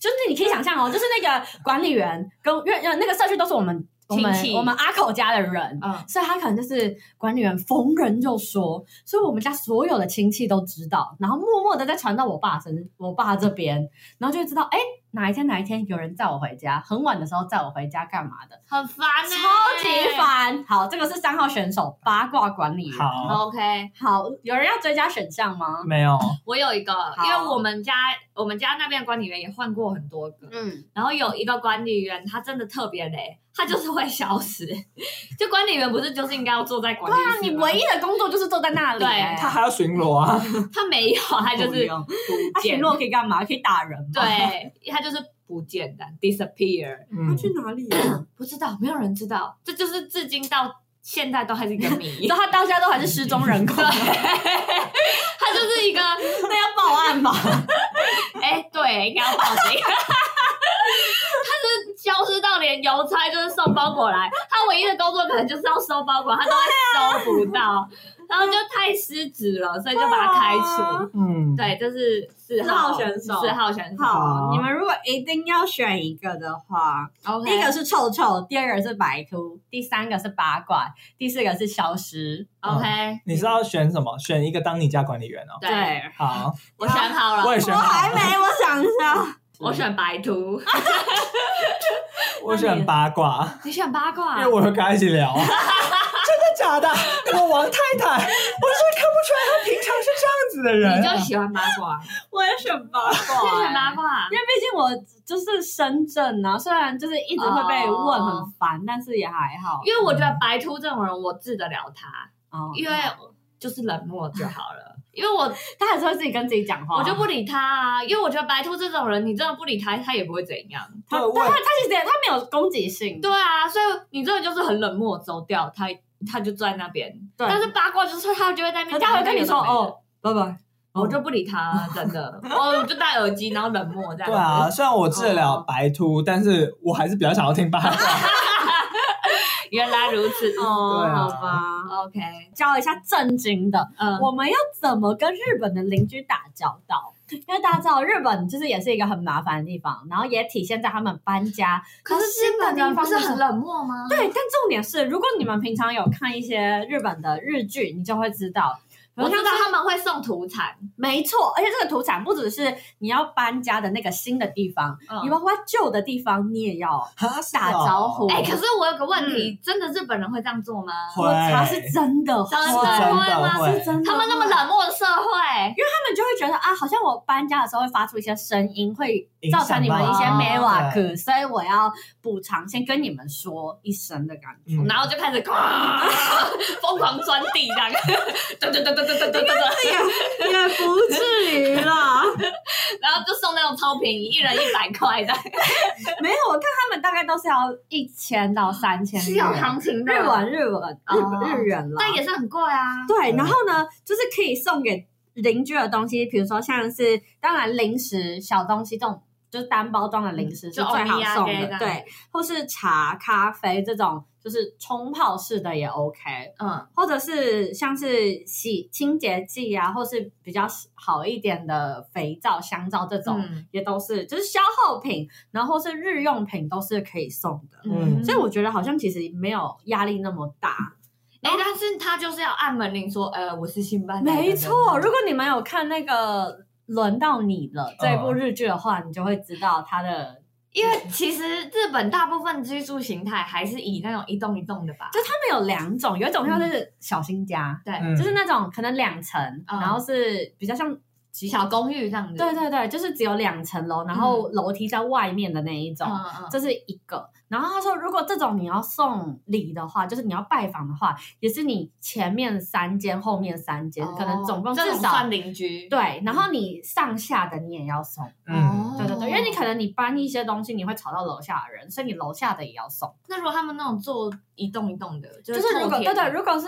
S4: 就是你可以想象哦，就是那个管理员跟因为那个社区都是我们我
S3: 亲
S4: 们
S3: 戚
S4: 我们阿口家的人，
S3: 嗯，
S4: 所以他可能就是管理员逢人就说，所以我们家所有的亲戚都知道，然后默默的再传到我爸身，我爸这边，然后就会知道，哎，哪一天哪一天有人载我回家，很晚的时候载我回家干嘛的，
S3: 很烦、欸，
S4: 超级。烦。好，这个是三号选手八卦管理员。
S2: 好，
S3: OK，
S4: 好，有人要追加选项吗？
S2: 没有，
S3: 我有一个，因为我们家我们家那边的管理员也换过很多个，
S4: 嗯，
S3: 然后有一个管理员他真的特别累，他就是会消失。 就管理员不是就是应该要坐在管
S4: 对
S3: 理
S4: 啊，
S3: 室
S4: 你
S3: 吗
S4: 唯一的工作就是坐在那里、
S3: 对
S4: 哎
S2: 他还要巡逻啊，
S3: 他没有，他就
S4: 不
S3: 是
S4: 用
S3: 不
S4: 他巡
S3: 见，
S4: 逻可以干嘛？可以打人吗？，
S3: 对，他就是不见的 disappear，
S2: 嗯，
S4: 哪里啊了？
S3: 不知道，没有人知道，这就是至今到现在都还是一个 谜
S4: 你知。道他到现在都还是失踪人 口，
S3: 他就是一个
S4: 那要报案吧？
S3: 哎、对，应该要报警。 他是消失到连邮差就是送包裹来，他唯一的工作可能就是要收包裹，他都会收不到，然后就太失职了，所以就把他开除。
S2: 嗯，
S3: 对，这是四
S4: 四号选手
S3: 四号选手。
S4: 好，你们如果一定要选一个的话，
S3: OK，
S4: 第一个是臭臭，第二个是白秃，第三个是八卦，第四个是消失。
S3: OK，
S2: 你是要选什么？选一个当你家管理员哦。
S3: 对，，
S2: 好，
S3: 我选好了，
S2: 我也
S4: 我
S2: 选好
S4: 还
S2: 了，
S4: 没，我想一下，
S3: 我选白图，
S2: 我选八卦。
S3: 你选八卦
S4: 啊
S2: 因为我会跟他一起聊 啊。真的假的？我王太太，我是看不出来她平常是这样子的 人
S3: 你
S2: 啊、
S3: 就喜欢八卦，
S4: 我也选八
S3: 你选八
S4: 卦。
S3: 卦
S4: 因。为毕竟我就是深圳啊，虽然就是一直会被问
S3: 哦
S4: 很烦，但是也还好。
S3: 因为我觉得白秃这种人，我治得了他，
S4: 哦
S3: 因为就是冷漠就好了，因为我
S4: 他还是会自己跟自己讲话。
S3: 我就不理他啊，因为我觉得白兔这种人，你真的不理他，他也不会怎样。
S4: 他，
S2: 对我
S4: 但
S2: 也
S4: 他他其实也他没有攻击性，
S3: 对啊，所以你真的就是很冷漠走掉，他他就坐在那边。
S4: 对
S3: 但是八卦就是他就会在那
S4: 可
S3: 边，
S4: 他会跟你说，哦，拜拜。
S3: 我就不理他，啊真 的，哦我就戴耳机，然后冷漠这样。
S2: 对啊，，虽然我治得
S4: 嗯
S2: 了白秃，但是我还是比较想要听 八卦。
S3: 原来如此。
S4: 哦
S2: 对啊
S4: 好吧。
S3: OK，
S4: 教一下正经的，
S3: 嗯，
S4: 我们要怎么跟日本的邻居打交道？因为大家知道日本就是也是一个很麻烦的地方，然后也体现在他们搬家。
S3: 可是
S4: 新
S3: 日
S4: 的
S3: 本
S4: 地
S3: 人
S4: 方
S3: 不是
S4: 的时候
S3: 很冷漠吗？
S4: 对，但重点是，如果你们平常有看一些日本的日剧，你就会知道，
S3: 我知
S4: 像
S3: 道他们会送土产，
S4: 没错，而且这个土产不只是你要搬家的那个新的地方，
S3: 嗯
S4: 你包括旧的地方你也要。
S2: 哈是哦
S4: 打招呼
S3: 哎、可是我有个问题，
S4: 嗯
S3: 真的日本人会这样做吗？
S2: 会
S4: 我查是真的，
S3: 真的
S2: 是真
S3: 会
S2: 的
S3: 吗
S2: 会
S4: 是真的，
S3: 他们那么
S4: 冷。
S3: 冷漠的社会，
S4: 他们就会觉得啊，好像我搬家的时候会发出一些声音，会
S2: 影响
S4: 造成你们一些
S3: 到
S4: m a
S2: 哦
S4: k 所以我要补偿，先跟你们说一声的感觉。
S2: 嗯
S3: 然后就开始啊疯狂钻地这样， 对对对对对对对对，
S4: 也不至于啦，
S3: 然后就送那种超便宜，一人一百块 的，
S4: 没有，我看他们大概都是要一千到三千，
S3: 情
S4: 日文、日文、日
S3: 哦
S4: 日元啦。
S3: 但也是很贵啊。
S4: 对，然后呢，就是可以送给邻居的东西，比如说像是当然零食、小东西这种，就是单包装的零食是
S3: 就
S4: 最好送
S3: omiyage 这
S4: 的，
S3: 样
S4: 对，或是茶、咖啡这种，就是冲泡式的也 OK，
S3: 嗯，
S4: 或者是像是洗清洁剂啊，或是比较好一点的肥皂、香皂这种，
S3: 嗯
S4: 也都是就是消耗品，然后或是日用品都是可以送的。
S2: 嗯
S4: 所以我觉得好像其实没有压力那么大，
S3: 哎、但是他就是要按门铃说，呃，我是新搬来的。
S4: 没错，如果你们有看那个《轮到你
S3: 嗯
S4: 了》这部日剧的话，你就会知道它的，
S3: 因为其实日本大部分居住形态还是以那种一栋一栋的吧。
S4: 就他们有两种，有一种像是小新家，
S3: 对，
S2: 嗯
S4: 就是那种可能两层，
S3: 嗯
S4: 然后是比较像。
S3: 小公寓这样子。
S4: 对对对，就是只有两层楼，然后楼梯在外面的那一种，
S3: 嗯嗯
S4: 这是一个。然后他说，如果这种你要送礼的话，就是你要拜访的话，也是你前面三间，后面三间，
S3: 哦
S4: 可能总共
S3: 这
S4: 至
S3: 种
S4: 少
S3: 算邻居。
S4: 对。然后你上下的你也要送，
S3: 哦
S2: 嗯，
S4: 对对对，因为你可能你搬一些东西，你会吵到楼下的人，所以你楼下的也要送。
S3: 那如果他们那种做一栋一栋的，就
S4: 就是是如
S3: 透
S4: 果对
S3: 天的
S4: 对，如果是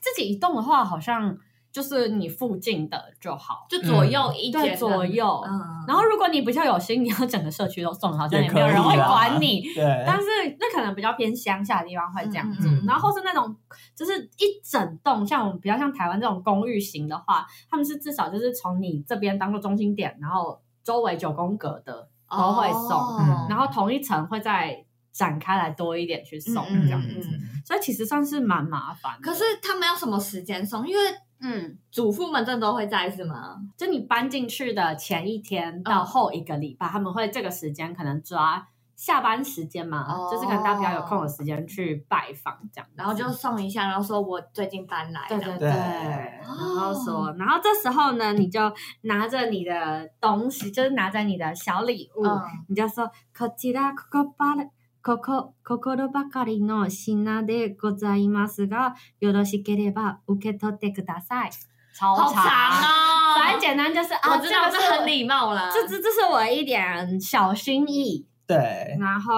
S4: 自己一栋的话，好像就是你附近的就好，
S3: 就左右一间
S4: 对
S3: 的
S4: 左，右。
S3: 嗯，
S4: 然后如果你比较有心，你要整个社区都送，好像
S2: 也
S4: 也没有
S2: 可以啊
S4: 人会
S2: 啦
S4: 管你。
S2: 对，
S4: 但是那可能比较偏乡下的地方会这样
S3: 嗯
S4: 做，
S2: 嗯嗯
S4: 然后或是那种就是一整栋，像我们比较像台湾这种公寓型的话，他们是至少就是从你这边当做中心点，然后周围九宫格的
S3: 哦
S4: 都会送，
S2: 嗯
S4: 然后同一层会再展开来多一点去送
S3: 嗯嗯
S4: 这样
S2: 嗯
S4: 子，
S3: 嗯
S4: 所以其实算是蛮麻烦的。
S3: 可是他们要什么时间送？因为
S4: 嗯，
S3: 祖父们真的都会在是吗？
S4: 就你搬进去的前一
S3: 嗯
S4: 天到后一个礼拜，他们会这个时间可能抓下班时间嘛，
S3: 哦
S4: 就是可能大家比较有空的时间去拜访这样子，
S3: 然后就送一下，然后说我最近搬来，
S4: 对
S3: 这
S4: 对
S3: 样
S4: 对，
S2: 对
S4: 然
S3: 哦
S4: 后说，然后这时候呢，你就拿着你的东西，就是拿着你的小礼物，
S3: 嗯
S4: 你就说こちらここばれここ心ばかりの品でございますが、よろしければ受け取ってください。超
S3: 好长哦，
S4: 反正简单就是啊，
S3: 我知道
S4: 这
S3: 这
S4: 个是
S3: 很礼貌啦，
S4: 这这这是我一点小心意，
S2: 对，
S4: 然后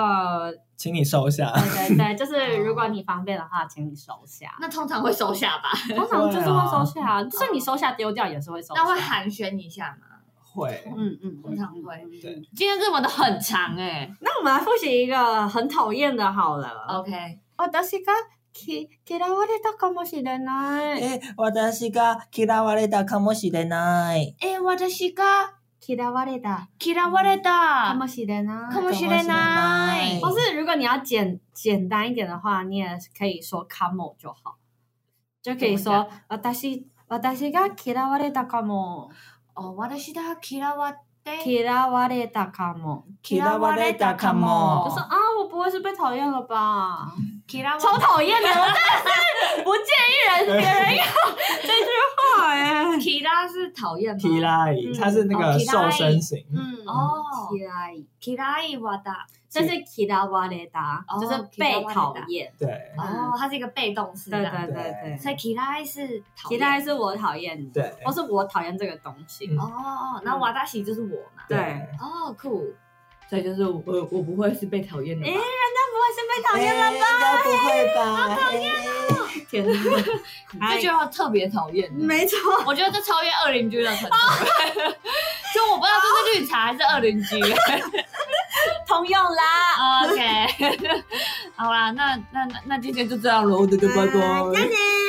S2: 请你收下。
S4: 对对对，就是如果你方便的话，请你收下。
S3: 那通常会收下吧？
S4: 通常就是会收下啊，就算你收下丢掉也是会 收下。
S3: 那会寒暄一下吗？
S2: 会，
S4: 嗯嗯，
S3: 通常
S4: 嗯
S3: 会
S4: 嗯嗯
S2: 对
S3: 今天日文的很长哎
S4: 那我们来复习一个很讨厌的，好了。
S3: ，OK，
S4: 私がき嫌われたかもしれない。
S2: え、私が嫌われたかもしれない。
S3: 哎，我的西哥。
S4: 嫌われた
S3: 嫌われ
S4: か
S3: た
S4: もしれない。
S3: かもしれない
S2: か
S4: 或
S2: もしれ
S4: 是如果你要简简单一点的话，你也可以说 “como” 就好，就可以说“私私が嫌われたかも
S3: 哦，私だ嫌われ
S4: 嫌われたかも
S2: 嫌われたか”，も
S4: 就说啊，我不会是被讨厌了吧？
S3: 嫌われ
S4: 超讨 厌的，我真的是不建议人别人用这句话哎、
S3: 提拉是讨厌吗？
S2: 嫌い，它是那
S3: 哦
S2: 个
S3: 嫌い
S2: 瘦身型。
S4: 嗯
S3: 哦
S4: 起来，
S3: 嫌いはだ
S4: 这是 kidawareda，
S3: 哦
S4: 就是被讨厌。
S2: 对
S3: 哦，它是一个被动式
S4: 对
S3: 的，
S4: 对对
S2: 对
S3: 所
S4: 对，
S3: 以 kirai 是讨厌
S4: kidai 是我讨厌你，
S2: 对
S4: 或是我讨厌这个东西。
S2: 嗯
S3: 哦哦，哦然后瓦达西就是我嘛，
S4: 对
S3: 哦酷，所以就是我我不会是被讨厌的吧
S4: 诶，人家不会是被讨厌
S2: 了吧？哎应该不会吧？
S3: 天哪， 这
S4: 哎
S3: 句话特别讨厌，
S4: 没错，
S3: 我觉得这超越二邻居的程 度，就我不知道这是绿茶还是二邻 居。
S4: 通用啦。
S3: 哦 OK，好啦，那那那那今天就这样喽，我的乖乖。
S4: 再见。